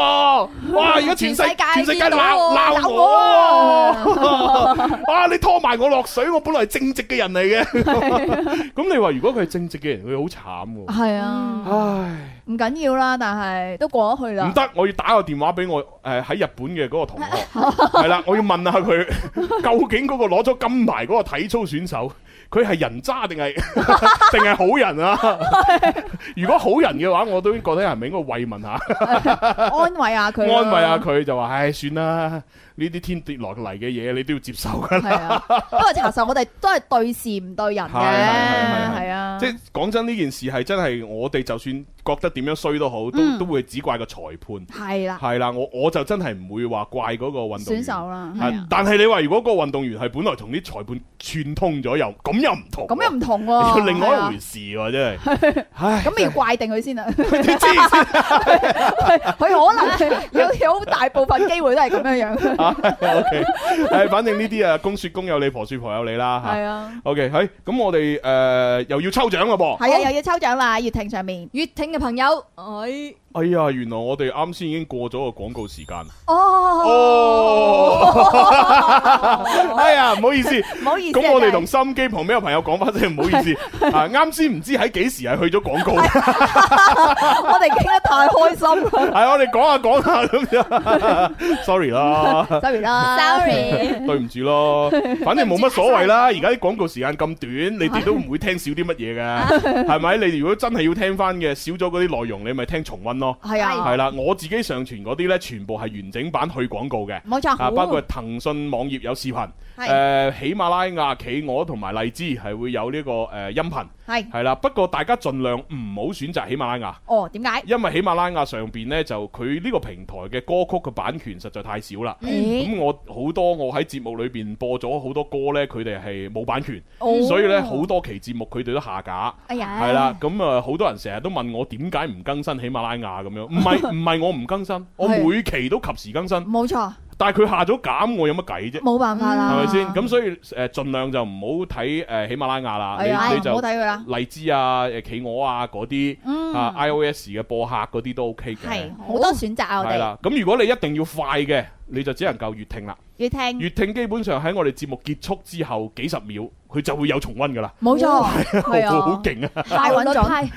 哇！而家全世
全世界
全世界
見到
鬧
我
鬧
鬧
我啊！ 哇！你拖埋我落水，我本來係正直嘅人嚟 嘅。咁你話如果佢係正直嘅人，佢好慘 喎。
係啊，
唉，
唔緊要啦，但係都過咗去啦
唔。得，我要打個電話俾我誒喺日本嘅嗰個同 學，係啦，我要問下佢究竟嗰個攞咗金牌嗰個體操選手，佢係人渣定係 定係好人啊？如果好人嘅話，我都覺得係咪應該慰問下？
安慰下佢啦，
安慰下佢就話：唉，算啦，呢啲天跌落嚟嘅嘢，你都要接受㗎
係
啦。
啊，不過查實我哋都係對事唔對人嘅，
係係係
係 啊，
即係講真，呢件事係真係我哋就算覺得點樣衰都好，都
嗯啊
都會只怪個裁判。
係啦，
係啦，我我就真係唔會話怪嗰個運動員
選手啦，
啊
係啊，
但係你話如果個運動員係本來同啲裁判串通咗，又咁又唔同喎，
咁又唔 同
又
喎，
另外
係啊
一回事喎，真 係。唉，
咁要怪定 佢先啊！
真係 黐線
佢可能有 有好大部分機會都係咁樣樣，
啊！OK，誒，反正呢啲啊，公説公有理，婆説婆有理啦
係
嚇。
啊，
OK，係咁，我哋誒又要抽獎啦噃。
係啊，又要抽獎啦，月庭上面，
月挺嘅朋友，哎，
哎呀，原來我哋啱先已經過咗個廣告時間。啊
哦，
哦， 哎呀，唔好意思。
唔好意思啊，
咁我哋同
真係
心機旁邊嘅朋友講翻聲，唔好意 思。啊，啱先唔知喺幾時係去咗廣告。
我哋傾得太開心啦
系我哋講下講下咁樣 s o r r y 啦，
，sorry 啦
Sorry
對唔住咯，反正冇乜所謂啦。而家啲廣告時間咁短，你哋都唔會聽少啲乜嘢嘅，係咪？你如果真係要聽翻嘅，少咗嗰啲內容，你咪聽重温咯。
係啊，
係啦，我自己上傳嗰啲呢，全部係完整版去廣告嘅。
冇錯，
啊，包括騰訊網頁有視頻，
係
誒喜馬拉雅、企鵝同埋荔枝係會有呢個誒音頻，
係
係啦。不過大家盡量唔好選擇喜馬拉雅。
哦，點解？
因為喜馬拉雅上邊呢，就佢呢個平台嘅歌曲嘅版權實在太少啦。
咦
咁我好多我喺節目裏邊播咗好多歌呢，佢哋係冇版權，
哦
所以呢，好多期節目佢哋都下架。
哎呀，
係啦，咁啊好多人成日都問我點解唔更新喜馬拉雅咁樣，唔 係唔係我唔更新，我
係
每期都及時更新，
冇錯，
但係佢下咗架，我有乜計啫？
冇辦法啦，
係咪先？咁所以誒，盡量就唔好睇誒喜馬拉雅啦，
係啊，
你你
唔好
就
睇佢啦，
荔枝啊、誒企鵝啊嗰啲。啊
嗯，
iOS 嘅播客嗰啲都 OK 嘅
係，好多選擇啊，我
係
哋
啦。咁如果你一定要快嘅，你就只能夠粵聽啦。
要聽。
粵聽基本上喺我哋節目結束之後幾十秒，佢就會有重温噶啦，
冇錯，係
好
啊
好，勁啊！
大穩
效率
準
派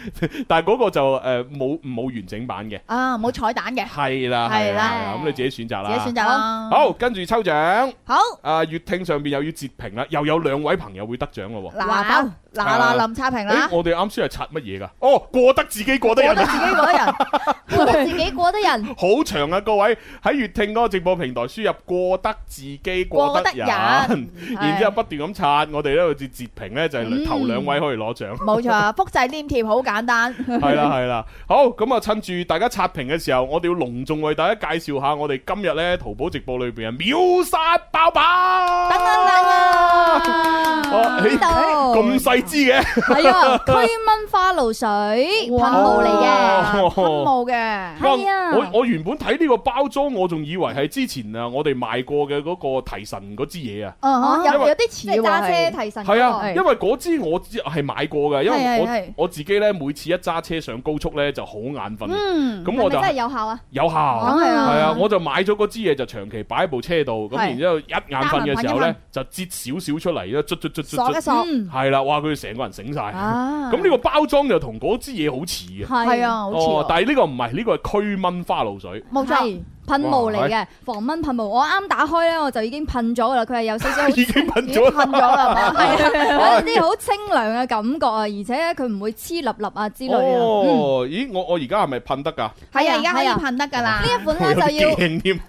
但係嗰個就誒冇冇完整版嘅，
啊，冇彩蛋嘅，
係啦，
係啦
係咁你自己選擇
自己
啦
選。擇啦。
好，跟住抽獎，
好，
啊粵聽上邊又要截屏啦，又有兩位朋友會得獎咯喎。
嗱嗱嗱嗱臨刷屏啦
誒，，我哋啱先係刷乜嘢㗎？哦，過得自己過得
覺
人
得
啊！
自己 嗰人。
過得自己過得人，
好長啊！各位喺粵聽嗰個直播平台輸入過得自己過得人，
過得人
然之後不斷咁刷，我哋呢度截截屏呢，就係
嗯
頭兩位可以攞獎，
冇錯，複製黏貼好簡單。
係啦係啦。好咁啊，趁住大家刷屏嘅時候，我哋要隆重為大家介紹下我哋今日呢淘寶直播裏邊嘅秒殺爆品。
等等等
哦
啊！
咦
呢度
哦咁細支嘅，
係啊，驅蚊花露水噴
哇
霧嚟嘅，
哦
噴霧嘅，
係啊
我我原本睇呢個包裝，我仲以為係之前啊我哋賣過嘅嗰個提神嗰支嘢啊。
嗯，
因
有
為
有啲似
即係揸
喎
車提神嗰個。
係啊，
係
因為嗰支我知係買過嘅，因
係係
為
係
我我自己咧每次一揸車上高速咧就好眼瞓，
嗯，
咁
係
我
咪
就
真係有效啊？
有效。
梗係
係
啊
啊，我就買咗嗰支嘢就長期擺喺部車度，咁
係
然之後一眼瞓嘅時候
單眼瞓一
咧
瞓
就擠少少出嚟，一捽捽捽捽
索一
捽，
索
嗯，
係啦，哇！佢成個人醒晒。
啊
咁呢個包裝就同嗰支嘢好似嘅，
係
係
啊，，好似
哦，
喎
但係呢個唔係，呢個係驅蚊花露 水。
冇錯，
係噴霧嚟嘅防蚊噴霧。我啱打開咧，我就已經噴咗噶啦，佢係有少 少
已經噴
已經
咗啦，
噴咗啦， 係啊
有一啲好清涼嘅感覺啊，而且咧佢唔會黐粒粒啊之類啊。嗯
哦，咦，我我而家係咪噴得㗎？
係啊，而家可以
係啊
噴得㗎啦
呢。一款
我
咧
有
就
啲
要
驚添，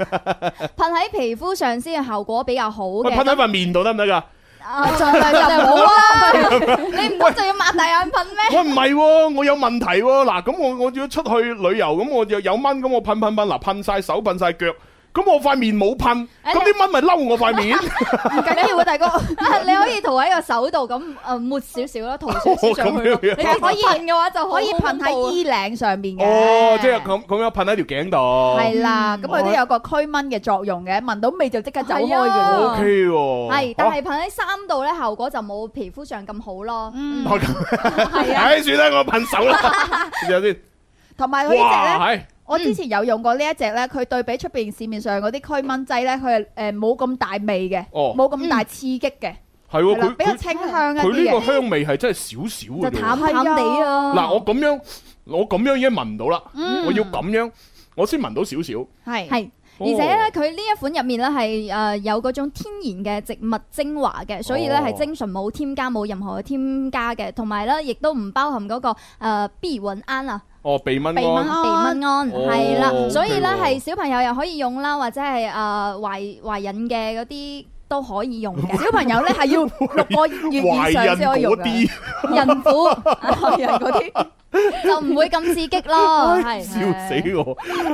噴喺皮膚上先係效果比較好
喂，
嘅。
噴喺塊面度得唔得㗎？
啊盡量就唔好 啦，你唔得就要擘大眼噴咩？
喂，唔係喎，我有問題喎。嗱，咁我我要出去旅遊，咁我又有蚊，咁我噴噴噴，嗱，噴晒手，噴晒腳，咁我塊面冇噴，
哎
咁
呀
啲蚊咪嬲我塊 面。
唔緊要啊，大哥，
啊你可以塗喺個手度咁，誒抹少少啦，塗少少上去
哦
咯。
咁樣
你可以噴嘅話就
可以噴喺
衣。
衣領上面嘅。
哦，即係咁咁樣噴喺條頸度。
係啦，咁佢都有個驅蚊嘅作用嘅，聞到味就即刻走開嘅啦。
O K 喎。
係，但係噴喺衫度咧，效果就冇皮膚上咁好咯。
嗯，
啊。我咁
係啊，
唉，算啦，我噴 手啦，試下先。
同埋佢呢只咧，
哇，係
我之前有用過呢一隻咧，佢對比出邊市面上嗰啲驅蚊劑咧，佢
ờ,
係誒冇咁大味嘅，
哦
冇咁大刺激嘅，
係
係
喎，
啦
佢，
比較
佢
清香一
佢
啲
呢個
嘅。
香味係真係少少嘅
就
啫
淡
喎。
淡地啊。
嗱，我咁樣，我咁樣已經聞唔到啦，
嗯
我要咁樣，我先聞到少少。
係
係而且咧佢呢一款入面咧係誒有嗰種天然嘅植物精華嘅，所以咧
哦
係精純冇添加冇任何嘅添加嘅，同埋咧亦都唔包含嗰個誒 B 苯胺啊。
哦，鼻蚊
避蚊
胺。
避蚊安
哦
係啦，所以咧
OK 喎
係小朋友又可以用啦，或者係誒懷懷孕嘅嗰啲都可以用 嘅。
小朋友咧係要六個月以上先可以用啊
懷
嘅
孕嗰，
孕婦
係啊嗰啲。
就唔會咁刺激 咯，係。
啲，笑死我。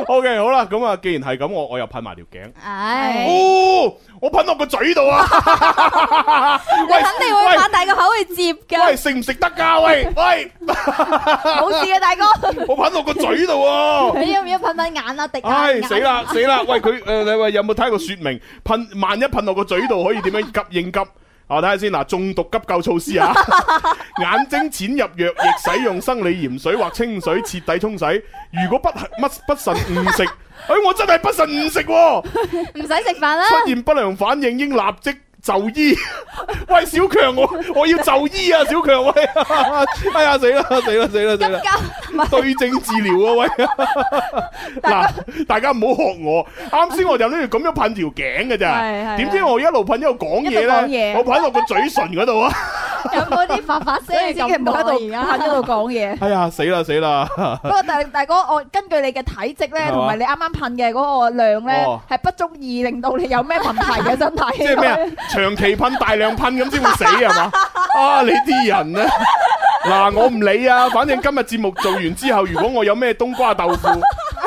OK，好啦，咁啊，既然係咁，我我又噴埋條頸。
唉，
哦，我噴落個嘴度啊！
你肯定會擘大個口去接
Oh，喂，
㗎，
食唔食得㗎？喂喂，
冇事嘅，大哥。
我噴落個嘴度啊！
你要唔要噴噴眼啊？滴下
唉，
眼
死啦死啦！喂，佢诶，你喂有冇睇過說明？噴萬一噴落個嘴度可以點樣急應急？啊，睇下先嗱，中毒急救措 施啊！眼睛淺入藥液，使用生理鹽水或清水徹底沖洗。如果不乜不慎誤食，哎，我真係不慎誤食喎，
唔使食
啊
飯啦。
出現不良反應應立即就醫。 喂，小強，我我要就醫啊，小強喂！ 哎呀，死啦死啦死啦死啦！對症治療啊 喂！嗱，大家唔好學我，啱先我就呢度咁樣噴條頸嘅
係係
咋，
係
點知我一路噴一路講
一路講
嘢咧，
嘢
我噴落個嘴唇嗰度啊！
有冇啲發發
所
聲
以
嘅
千祈
感
唔
覺
好喺
啊？
度
而家
喺度講嘢。
哎呀，死啦死啦！
不過大大哥，我根據你嘅體積
啊係嘛
咧，同埋你啱啱噴嘅嗰個量咧
哦，
係不足以令到你有咩問題 嘅身體。
即係咩啊？長期噴大量噴咁先會死係嘛？啊，你啲人咧！嗱，我唔理啊，反正今日節目做完之後，如果我有咩冬瓜豆腐，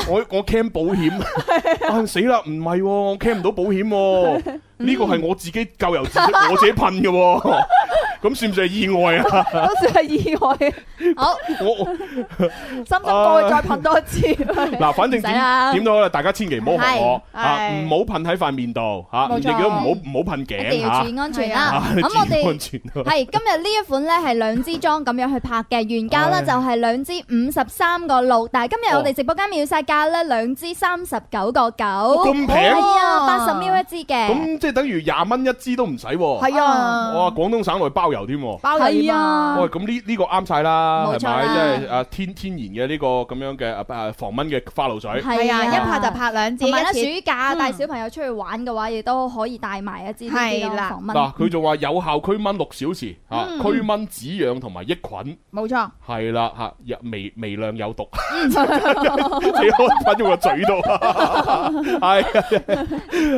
我我 can 保 險，啊死啦，唔係喎，我 can 唔到保險喎，呢個係我自己咎由自取，我自己噴嘅 喎，咁算唔算係意外啊？
好似係意外，
好，
我我
心心過去再噴多次。係
嗱，反正點
唔使啦
點都好啦，大家千祈唔好學我
係
啊，
係
唔好噴喺塊面度嚇，
冇錯
亦都唔好唔好噴
一
頸
定要注
嚇，
意安全
啊
啦。
注
咁我
意
哋
安。全啊
係今日呢一款咧係兩支裝咁樣去拍嘅，原價
唉
咧就係兩支五十三個六，但係今日我
哦
哋直播間秒殺價咧兩支三十九個九，
咁平
係啊，八十 ml 一支嘅，
咁即係等於廿蚊一支都唔使喎。
係
哇！
啊，
廣東省內包郵添喎。
包你啊嘛。
喂，咁呢呢個啱晒啦，
冇
係
錯
咪？
啦
即係啊天天然嘅呢個咁樣嘅啊啊防蚊嘅花露水。
係
係
啊，一拍就。拍兩支，
同埋
一次
咧，暑假
嗯
帶小朋友出去玩嘅話，亦都可以帶埋一支呢啲
係
咯
啦
防蚊。
嗱，佢就話有效驅蚊六小時嚇，
嗯
驅蚊止癢同埋抑菌。
冇錯。
係啦嚇，有微微量有 毒， 你可以噴咗個嘴度。係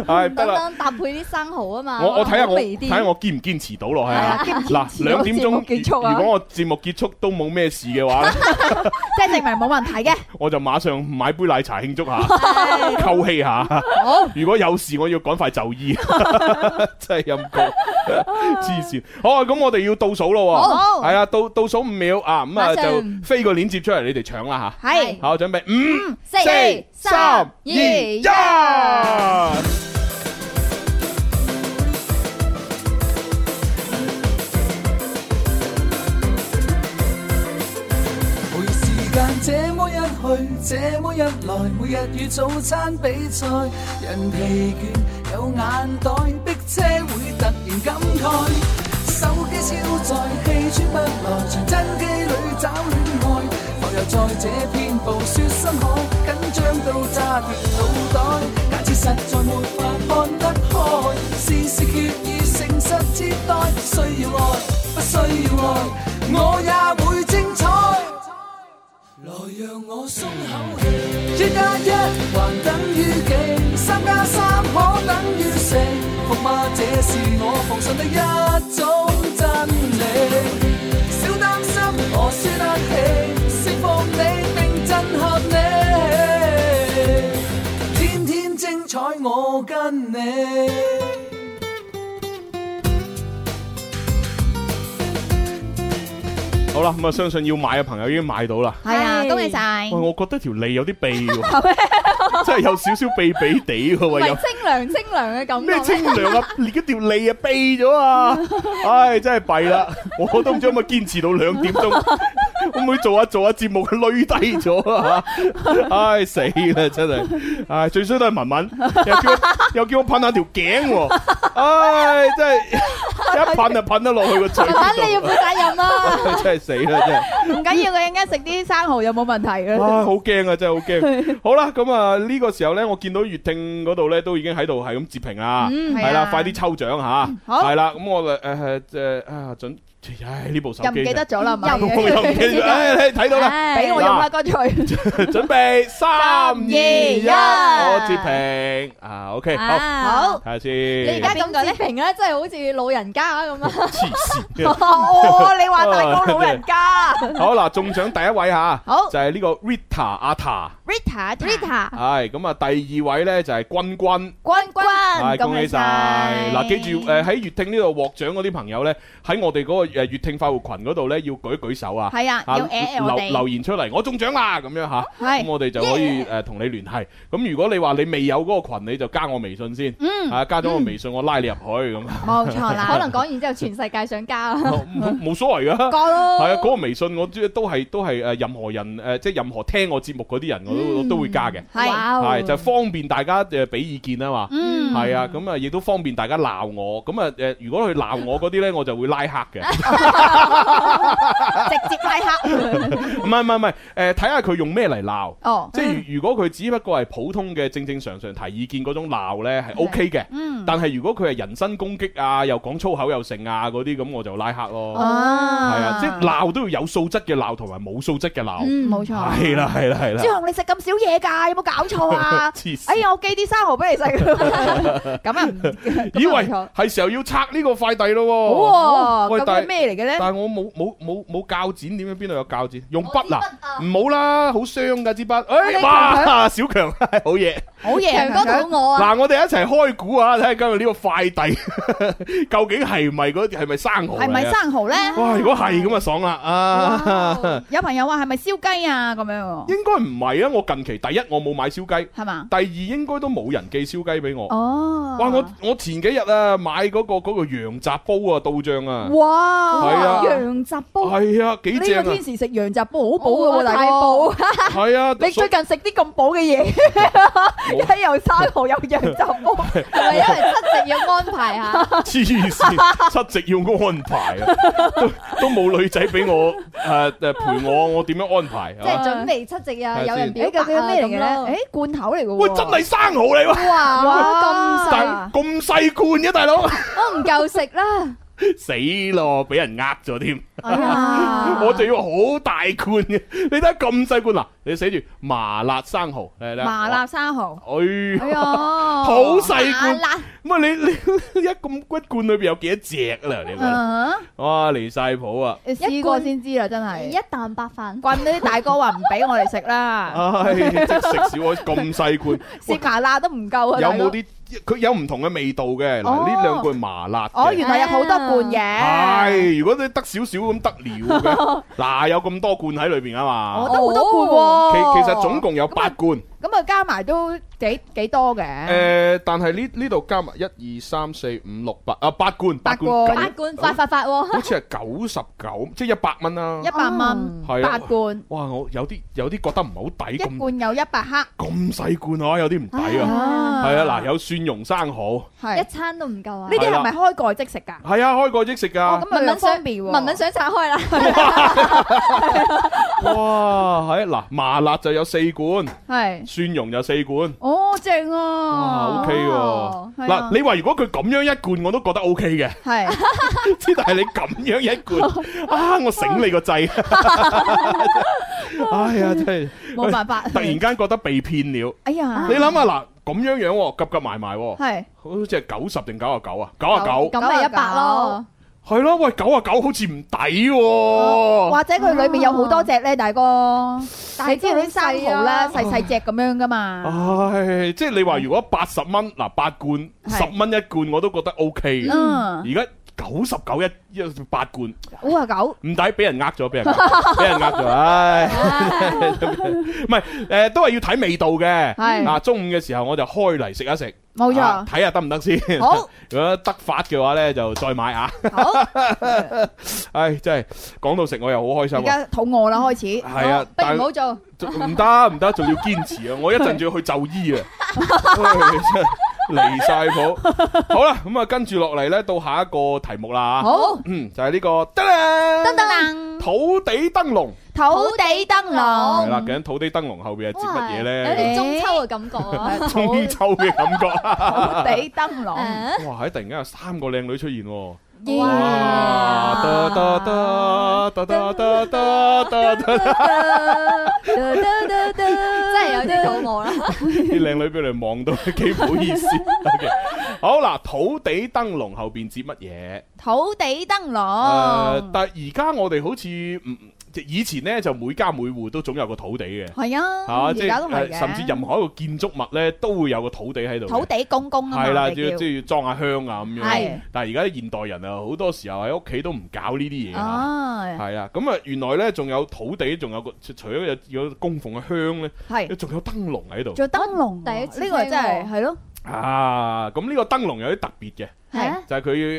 係得
等
啦。
等搭配啲生蠔啊嘛，
我我睇下
好
我
味
睇
啲
下我堅唔堅持到落去啊！嗱，
堅持
兩
到
點
節目
鐘
結束啊
如果我節目結束都冇咩事嘅話咧。
即係證明冇問題嘅。
我就馬上買杯奶茶慶 祝下，溝氣下。如果有事，我要趕快就醫， 真係陰 公，黐線。好啊，咁我哋要倒數咯
好
喎，係啊，倒倒數五秒啊，咁啊
馬上
就飛個鏈接出嚟，你哋搶啦吓。
係
好，準備五、
嗯四三
三、二、
二
一
一。
每時間這麼一去，這麼一來，每日與早餐比賽，人疲倦有眼袋，逼車會突然感慨。手機超載，氣喘不來，傳真機裏找戀愛，浮游在這片暴雪深海，緊張到炸斷腦袋。假設實在沒法看得開，事事決意誠實接待，需要愛，不需要愛，我也會精彩。來讓我鬆口氣，一加一還等於幾？三加三可等於四？服嗎？這是我奉信的一種真理。小擔心，我輸得起，釋放你並震撼你，天天精彩我跟你。
好啦，咁啊，相信要買嘅朋友已經買到啦。
係啊，
係
恭喜
喂，。
晒
我覺得條脷有啲痹 喎，真係有少少痹痹地喎，
唔
喂，有
係清涼清涼嘅感
咩
覺
清涼啊？連嗰條脷啊痹咗啊！唉，真係弊啦！我都唔知可唔可以堅持到兩點鐘， 會唔會做下做下節目累低咗啊？唉，死啦！真係，唉，最衰都係文文，又叫我又叫我噴下條頸喎，唉，真係一噴就噴得落去個嘴嗰
你要
度，
負 責任啊！
真係死啦真係。
唔緊要嘅，陣間食啲生蠔有冇問題嘅？
啊， 好驚啊，真係好驚！ 好啦，咁啊呢個時候呢，我見到月聽嗰度呢，都已經喺度係咁截屏啦，
嗯
係啦
係啊，
快啲抽獎吓，
好
係啦，咁我誒誒啊準，唉呢部手
又唔
機
記得
真係，
咗啦，
又
係
唔
咪
我又唔記得，唉睇到啦，
俾我用啦，乾脆。
準備三二一，
一
我截屏啊，OK，好，
好。
睇下
你而
先，
家咁截屏咧，真係好似老人家咁啊！
黐線。
哦，你話大個老人家
好嗱，中獎第一位吓，
好啊
就係呢個 Rita 阿 Ta，
Rita
Rita
係咁啊，第二位呢，就係君君。
君
係
君，
恭喜晒！嗱，記 住誒喺粵聽呢度獲獎嗰啲朋友咧，喺我哋嗰個誒粵聽快活群嗰度咧，要舉一舉手啊！
係啊，
啊
要 at 我
留留
哋，
言出嚟，我中獎啦咁樣吓，咁
係
我哋就可以誒同你聯繫。咁如果你話你未有嗰個群，你就加我微信先，
嗯，
啊加咗我微信，我拉你入去咁，
冇錯啦，
可能講完之後，全世界想加啊！
冇冇所謂噶。
講咯，
係啊，嗰個微信我都都係都係誒任何人誒，即係任何聽我節目嗰啲人，我
嗯
都我都會加嘅，
係
係就方便大家誒俾意見啊嘛。
嗯，
係啊，咁啊亦都方便大家鬧我。咁啊誒，如果佢鬧我嗰啲咧，我就會拉 黑嘅。
直接拉黑，
唔係唔係唔係，誒睇下佢用咩嚟鬧。
哦，
即係如如果佢只不過係普通嘅正正常常提意見嗰種鬧咧，係 OK 嘅。
嗯，
但係如果佢係人身攻擊啊，又講粗口又剩啊嗰啲，咁我就拉黑咯。係
啊
啊，即係鬧都要有素質嘅鬧同埋冇素質嘅鬧。
嗯，
冇錯，
係啦係啦係
朱
啦，
紅你食咁少嘢㗎，有冇搞錯 啊？
黐線
哎呀，我寄啲生蠔俾你食，咁啊唔，
以
咁啊
為
唔錯
係時候要拆呢個快遞咯喎。哦
好
喂
喎，咁
但係
係咩嚟嘅咧？
但係我冇冇冇冇铰剪，點樣邊度有铰剪？用筆啊！唔好啦，好傷噶支筆。
你
哎，
強
哇，小強 好嘢！
好嘢，
強哥
強
肚我啊！
嗱，我哋一齊開估啊，睇下今日呢個快遞 究竟係咪嗰係咪生蠔嚟啊？
係咪生蠔咧？
哇，如果係咁啊，爽啦啊！
有朋友話係咪燒雞啊？咁樣 喎，
應該唔係啊！我近期第一我冇買燒雞，
係嘛？
第二應該都冇人寄燒雞俾我。
哦，
哇！我我前幾日啊買嗰個嗰個羊雜煲啊，到醬啊，
哇，
係啊
羊雜煲，
係啊，幾
呢
正
個
啊
天，時食羊雜煲好補嘅喎，大
太補
哥。
係啊！
你
所
最近食啲咁補嘅嘢，
我
一有生蠔有羊雜 煲，
係咪因為七夕要安排 下？
黐線，七夕要安排啊， 都都冇女仔俾我誒誒陪我，我點樣安排
即係
啊？
準備七夕啊，
係
有人表
誒究
白
竟係咩嚟嘅
啊咁
咧？誒
咯
罐頭嚟嘅喎，
喂，真係生蠔嚟喎！
哇！
哇
咁細，
但咁細罐嘅大佬，
我唔夠食 啦！
死咯，俾人呃咗添。
哎
啊
呀，
我就要好大罐嘅，你睇下咁細罐嗱，你寫住麻辣生蠔，嚟嚟
麻辣，生蠔。
哎
哎呀，
好
好
細罐
辣，
咁啊你你 一咁骨罐裏邊有幾多隻啦？你問，
嗯哼
哇離晒譜啊！
你試過先知啦，真係
一。啖白飯，
棍呢啲大哥話唔俾我哋食啦，
唉，即食少我咁細罐，
食麻辣都唔夠啊！
有
大佬
冇？啲佢有唔同嘅味道嘅？嗱，
哦
呢兩罐麻辣嘅
哦，原來有好多罐嘅，
係，如果你得少少咁得 了嘅，嗱有咁多罐喺裏邊啊
我
嘛。
覺得好多
其
罐喎。
其實總共有八罐，
咁啊，加埋都幾幾多嘅，
誒，但係呢呢度加埋一二三四五六八啊八罐，
八
罐
罐
九
八罐發發發喎！
好似係九十九，即係一百蚊啦
一。百蚊
係啊
八罐，
哇！我有啲有啲覺得唔係好抵，
一
咁
罐有一百克，
咁細罐啊，有啲唔抵啊。
啊
係啊，嗱，有蒜蓉生蠔，
係
一餐都唔夠啊
呢！啲係咪開蓋即食㗎？
係啊，開過即食
哦
噶。
咁啊，兩方面喎，
文文想拆開啦，
哇！係嗱，麻辣就有四罐，
係，
蒜蓉就四罐。
哦正
哇
啊
，OK 喎
哦。
係啊
嗱，你話如果佢咁樣一罐，我都覺得 OK 嘅。
係。
知但係你咁樣一罐， 啊，我醒你個掣。哎呀，真係
冇辦法，
突然間覺得被騙了。
哎呀，
你諗下嗱，咁樣樣喎，夾夾埋埋喎。
係
好似係九十定九啊九啊，九啊九，
咁咪一百咯。
係咯，喂，九啊九好似唔抵喎，
或者佢裏面有好多隻咧，大哥，你知道啲生蠔咧細細隻咁樣噶嘛？
唉，即係你話如果八十蚊嗱八罐，
啊係
十蚊一罐我都覺得 O K 嘅，
嗯，
而家九十九一一八罐唔
五啊九，
抵，俾人呃咗，俾 人呃俾人呃咗， 唉，唔係誒，都係要睇味道嘅，
係
啊，中午嘅時候我就開嚟食一食，
冇錯
啊睇下得唔得先。
好，
如果得法嘅話咧，就再買啊。
好，
唉，真係講到食我又好開心
而
啊！
家肚餓啦開始，
係啊
不
但
如唔好做，
唔得唔得，仲要堅持啊！我一陣仲要去就醫啊！ 唉真係離晒譜。好啦，咁啊，跟住落嚟咧，到下一個題目啦。
好，
嗯，就係呢個得啦，
噔噔，哦
土地燈籠
土地燈
係
籠，
啦，究竟土地燈籠後邊係接乜嘢
有
咧？
啲中秋 嘅感覺啊！
中秋嘅感覺
土
啊！
地燈籠，
誒
哇！喺突然間有三個靚女出現喎。
哇
哇！得得得得得得得得得，
真係有啲肚餓啦，
啲靚女俾你望到， 幾唔好意 思。OK，好嗱，土地燈籠後邊指乜嘢？
土地燈
誒
籠，
但係而家我哋好似唔即係以前呢，就每家每戶都總有個土地嘅，
係啊，
嚇，
而
即
家都
係誒
係嘅，
甚至任何一個建築物呢，都會有個土地喺度嘅。
土地公公啊嘛，
係啦，
我
即
哋
係
叫
即係要裝下香啊咁樣
係。
但係而家啲現代人啊，好多時候喺屋企都唔搞呢啲嘢啊。
啊，
係啊，咁啊，原來咧仲有土地，仲有個除除咗有有供奉嘅香咧，
係
仲有燈籠喺度
做燈籠喎，
第一次
呢個真係
聽
係咯，
啊！咁呢個燈籠有啲特別嘅，
係
係
就係佢誒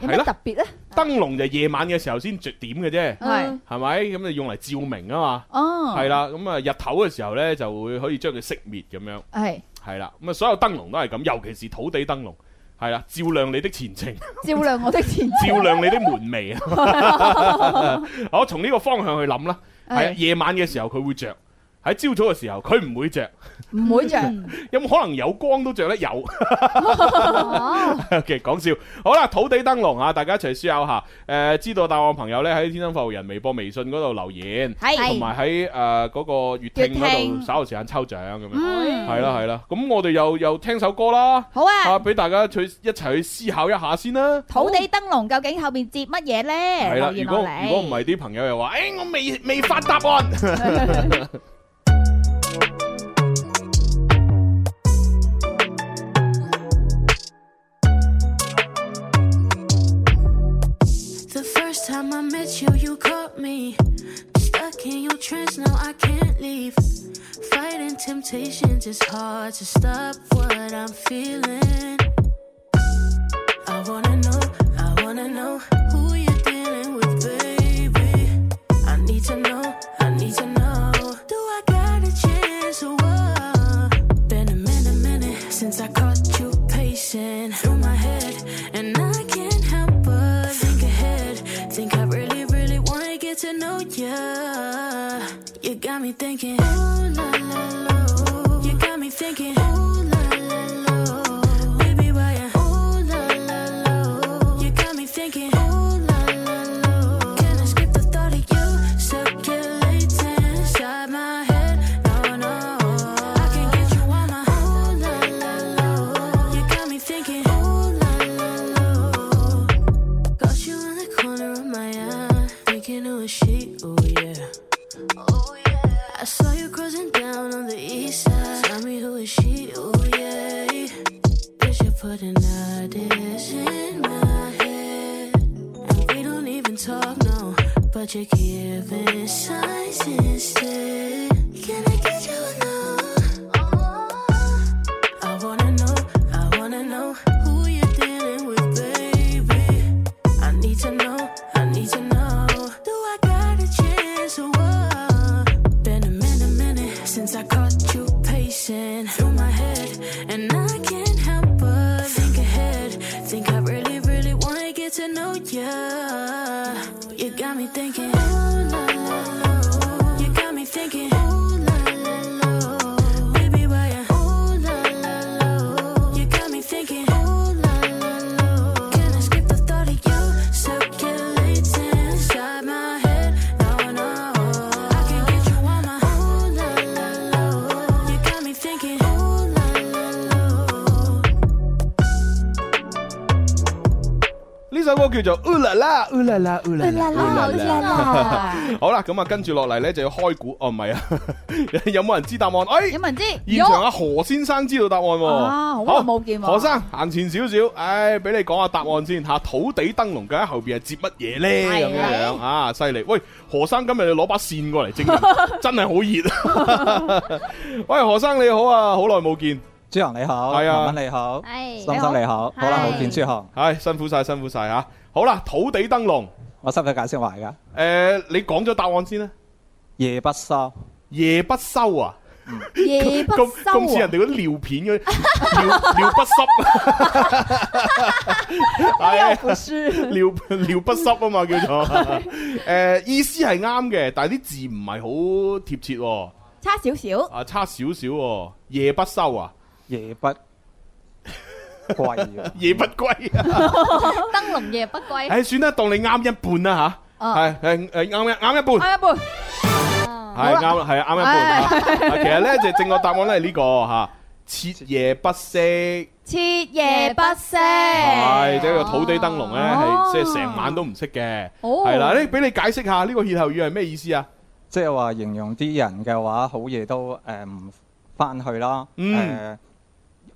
有
係
咩
啦，
特別咧？
燈籠就夜晚嘅時候先着點嘅啫，
係
係咪？咁就用嚟照明啊嘛，
哦，
係啦。咁啊日頭嘅時候咧就會可以將佢熄滅咁樣，
係
係啦。咁啊所有燈籠都係咁，尤其是土地燈籠。係啦，照亮你的前 程，
照亮我的前程，
照亮你的門楣 啊！好，從呢個方向去諗啦。系啊，
係
夜晚嘅時候佢會着，喺朝早嘅時候佢唔會着，
唔會着。
有冇可能有光都着咧？有
哦，
，OK，講笑。好啦，土地燈籠啊，大家一齊思考下。诶、知道答案嘅朋友咧喺天生服務人微博、微信嗰度留言，
係
同埋喺诶嗰個月聽
粵
嗰
聽
度稍後時間抽獎咁樣。
嗯，
係啦係啦，咁我哋又又聽首歌啦，
好
啊，
啊，
俾大家去一齊去思考一下先啦。
土地燈籠究竟後面接乜嘢咧？
係啦，
留言
如果
落嚟
如果唔係啲朋友又話，诶、我未未發答 案。
The first time I met you, you caught me stuck in your trance. Now I can't leave. Fighting temptations, it's hard to stop what I'm feeling. I wanna know, I wanna know who you're dealing with, baby. I need to know, I need to know. Do I got a chance or what? Been a minute, minute since I caught you pacing through my head, and I can't help but think ahead. Think I really, really wanna get to know ya. You got me thinking, ooh la la la. You got me thinking, ooh la la la. Baby, why you? Ooh la la la. You got me thinking, ooh la la la. Can I skip the thought of you circulating inside my head? No, no. I can get you on my ooh la la la. You got me thinking, ooh la la la. Got you in the corner of my eye, thinking it was she, ooh yeah. Oh yeah. I saw you cruising down on the east side. Tell me who is she? Oh yeah. Bitch, you're putting ideas in my head. And we don't even talk, no. But you're giving signs instead. Can I get you a no? I wanna know, I wanna know who you're dealing with, baby. I need to know, I need to know. Do I got a chance or what? Been a minute, minute since I caught you pacing through my head, and I can't help but think ahead. Think I really, really wanna get to know ya. You got me thinking, ooh la la la. You got me thinking, ooh la la la. Baby, why you? Ooh la la la. You got me thinking, ooh la la la. Can I skip the thought of you circulating inside my head? No, no. I can get you on my ooh la la la. You got me thinking, ooh la la la.
呢首歌叫做《烏啦啦烏啦啦烏啦啦
好聽啊！
好啦，咁啊，跟住落嚟呢就要開估，哦，唔係啊， 有冇人知答案？哎
有，冇人知？
現場阿何先生知道答案
啊
喎。
好耐冇見喎
何生行前少少，唉，俾你講下答案先吓。土地燈籠究竟後邊係接乜嘢呢？
係
咁樣樣啊，犀利！喂，何生今日你攞把扇 過嚟證明，真係好熱啊！喂，何生你好啊，好耐冇見，
朱紅你好，
係啊
文文你好，
係
心心你好，好啦，
係
好見朱紅，
唉，辛苦晒，辛苦晒吓。好啦，土地燈籠，
我使唔使解釋埋㗎？
诶，你講咗答案先啦。
夜不收，
夜不收啊！
夜不
咁
收
咁似人
啊！
哋嗰啲尿片嗰啲 尿尿不濕，啊哎
又不是，
尿尿不濕啊嘛叫做。诶，意思係啱嘅，但係啲字唔係好貼切喎，
差少少，
啊差少少喎。夜不收啊，
夜不歸啊
夜不歸啊。
燈籠夜不歸。
唉，算啦，當你啱一半啦吓，
哦
係係係啱一啱一半。
啱一半。
係啱啦，係啱一半啊。其實咧就正確答案咧係呢個吓，徹夜不息，
切夜不息，
係即啊係個土地燈籠咧係
哦
即係成晚都唔識嘅，
哦
係啦。你俾你解釋下呢個歇後語係咩意思啊？
即係話形容啲人嘅話，好夜都誒唔翻去啦，
嗯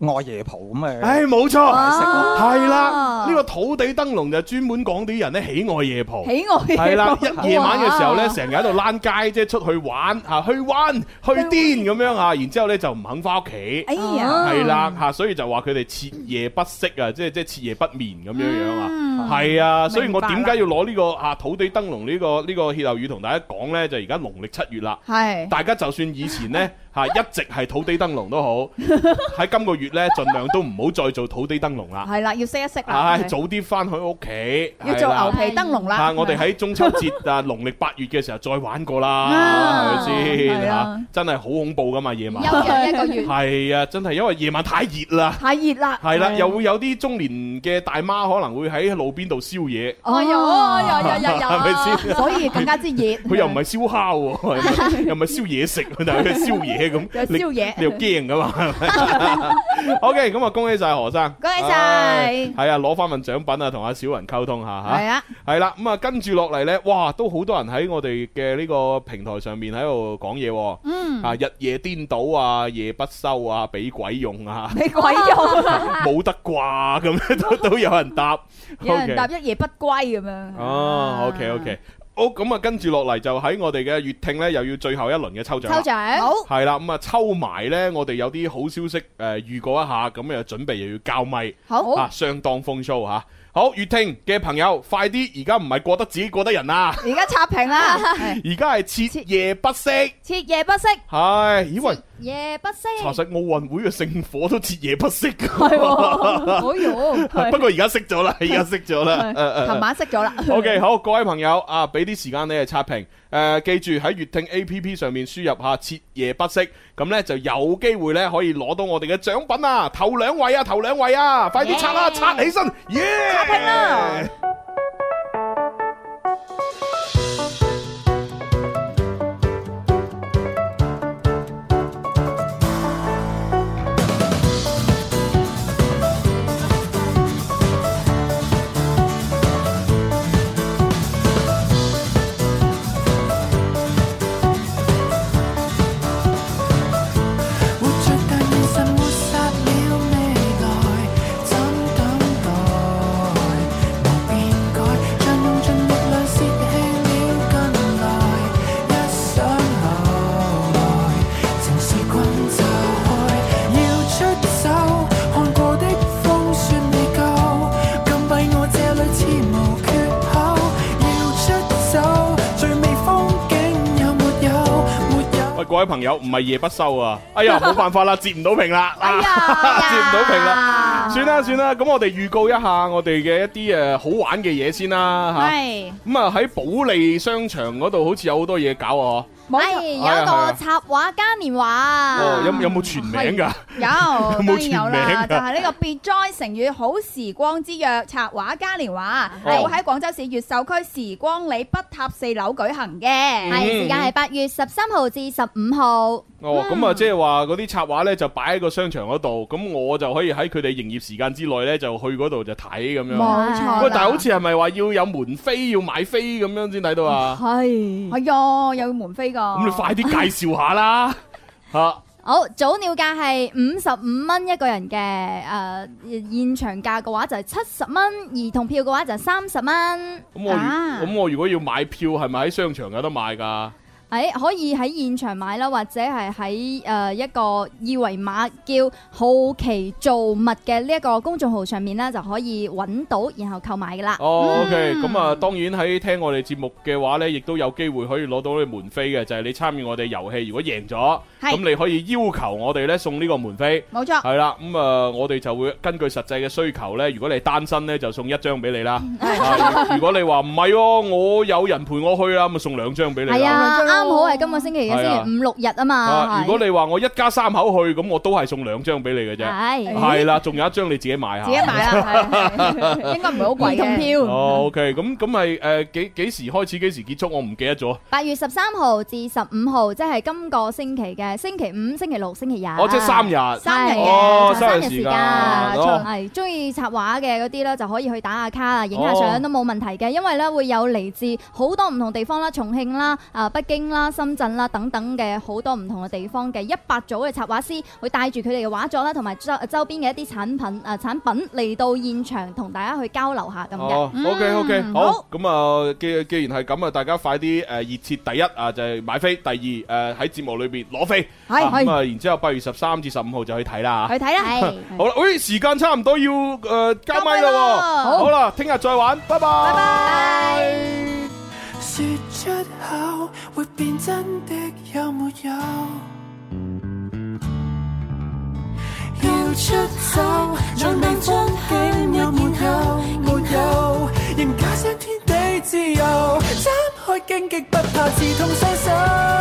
誒愛夜蒲咁
唉，
嘅，
冇錯，
哦
係啦，呢個土地燈籠就專門講啲人咧喜愛夜蒲。
喜愛
係
夜
啦，一夜晚嘅時候咧，
哇
成日喺度躝街，即係出去玩嚇，去玩去癲咁樣啊嚇，然之後咧就唔肯翻屋企。
哎呀，
係啦吓，所以就話佢哋徹夜不息啊，即係即係徹夜不眠咁樣樣
嗯
啊，係啊，所以我點解要攞呢個啊土地燈籠呢個呢個歇後語同大家講呢？就而家農曆七月啦。
係
大家就算以前呢，嚇一直係土地燈籠都 好，喺今個月呢，盡量都唔好再做土地燈籠啦，
係啦，要識一識啦
唉，，早啲翻去屋企，
啊要做牛
係啦
皮燈籠啦
啊！。我哋喺中秋節啊，農曆八月嘅時候再玩過啦，
啊
係咪先
係啊
嚇真係好恐怖噶嘛夜晚。
休養一 個月。
係啊，真係因為夜晚太熱啦。
太熱啦，
係啦，又會有啲中年嘅大媽可能會喺路邊度燒嘢，
哎呀，哎呀，呀呀呀！
係
啊
咪先？
所以更加之熱。
佢又唔係燒烤喎，係咪又唔係燒嘢食，但係佢燒嘢 咁，你
又燒嘢
你又驚噶嘛係 咪？OK，咁啊，恭喜晒何生，
恭喜晒
唉係啊，攞翻份獎品啊，同阿小雲溝通下
係
嚇，
啊，
係啦，咁啊，跟住落嚟呢，哇，都好多人喺我哋嘅呢個平台上面喺度講嘢喎，
嗯，
啊，日夜顛倒啊，夜不收啊，俾鬼用啊。
你 鬼用啊！
冇得啩咁 樣都都有人答，
有人答
OK
一夜不歸咁樣。
哦，OK Ờ, OK，好咁啊，跟住落嚟就喺我哋嘅月聽呢，又要最後一輪嘅抽獎
抽
啦。
獎。
好，
係啦，咁啊抽埋呢，我哋有啲好消息诶預告一下，咁啊又準備又要交咪
好
啊，相當風騷吓。好，月聽嘅朋友，快啲！而家唔係過得自己過得人啦，
而家刷屏啦，
而家係徹夜不息。
切夜不息，
係，以為
夜不息。
查實奧運會嘅聖火都徹夜不息㗎
係喎，哎
不
呦，
過而家熄咗啦，而家熄咗啦。誒誒誒
琴晚熄咗 啦。
O K，好，各位朋友啊，俾啲時間你哋刷屏，誒、記住喺粵聽 A P P 上面輸入下徹夜不息，咁呢就有機會呢可以攞到我哋嘅獎品啊！頭兩位啊，頭兩位啊，快啲刷啦，刷起身，耶！刷屏
啦！
活着，但現實抹殺了未來，怎等待？無變改，像用盡力量泄氣了近來。一想來，情是困就開，要出手。看過的風雪未夠，禁閉我這裏似無缺口。要出手，最美風景有沒有？沒有。
喂，各位朋友，唔係夜不收啊！哎 呀，冇辦法啦，截唔到屏啦，
哎呀
啊截唔到屏啦，算啦算啦，咁我哋預告一下我哋嘅一啲誒好玩嘅嘢先啦嚇。
係
咁啊喺保利商場嗰度好似有好多嘢搞啊！
冇
哎，有一個插畫嘉年
哦，
啊
華。
有有冇全名㗎？
有，當
冇全
然
名啊
有
㗎
啦，就係呢個別災成語好時光之約插畫嘉年華，
哦
係會喺廣州市越秀區時光里北塔四樓舉行
嗯
嘅。
係時間係八月十三號至十五號。
哦，咁啊，即係話嗰啲插畫呢，就擺喺個商場嗰度，咁我就可以喺佢哋營業時間之內呢，就去嗰度就睇咁樣。
冇錯啦
嗯喂，但係好似係咪話要有門飛要買飛咁樣先睇到啊？
係。
係啊，有門飛㗎。
咁你快啲介紹下啦，吓
好，早鳥價係五十五蚊一個人嘅，誒、呃、現場價嘅話就係七十蚊，兒童票嘅話就三十蚊。
咁我如
啊
咁我如果要買票，係咪喺商場有得買㗎？
喺可以喺現場買啦，或者係喺誒一個二維碼叫好奇造物嘅呢一個公眾號上面咧，就可以揾到，然後購買噶啦。
哦，OK，咁啊，當然喺聽我哋節目嘅話呢，亦都有機會可以攞到你門飛嘅，就係你參與我哋遊戲，如果贏咗，
係
咁你可以要求我哋呢送呢個門飛，
冇 錯
係啦，咁啊，我哋就會根據實際嘅需求呢，如果你係單身呢，就送一張俾你啦，啊如果你話唔係喎，我有人陪我去啦，咁啊送兩張俾你啦。
係啊，啱好係今個星期嘅
係啊
星期五六日啊嘛。
啊！
係
如果你話我一家三口去，咁我都係送兩張俾你啊嘅啫。
係
係啦，仲有一張你自己買下。
自己買 啦，係應該唔會好貴嘅。
哦，OK，咁咁咪誒幾幾時開始，幾時結束，我唔記得咗。
八月十三號至十五號，即係今個星期嘅星期五、星期六、星期日。
哦，即係三日。
三日嘅
哦，
三
三
日
日
時
時
間
間。哦
係中意插畫嘅嗰啲咧，就可以去打下卡啊，影下
哦
相都冇問題嘅，因為咧會有嚟自好多唔同地方啦，重慶啦、啊北京啦、深圳啦等等嘅好多唔同嘅地方嘅一百組嘅插畫師，會帶住佢哋嘅畫作啦，同埋周周邊嘅一啲產品啊產品嚟到現場同大家去交流下咁嘅
哦。，OK OK，
嗯
好，咁啊，既既然係咁啊，大家快啲誒熱切第一啊，就係買飛；第二誒呃喺節目裏邊攞飛。
係
啊咁啊，
係
然之後八月十三至十五號就去睇啦。
去睇啦係
好啦，喂，時間差唔多要誒交咪啦喎。
好
好啦，聽日再玩，拜拜。
说出口會變真的有沒有？要出走，像大風景有沒有？沒有，仍假想天地自由，張開荊棘不怕刺痛雙手。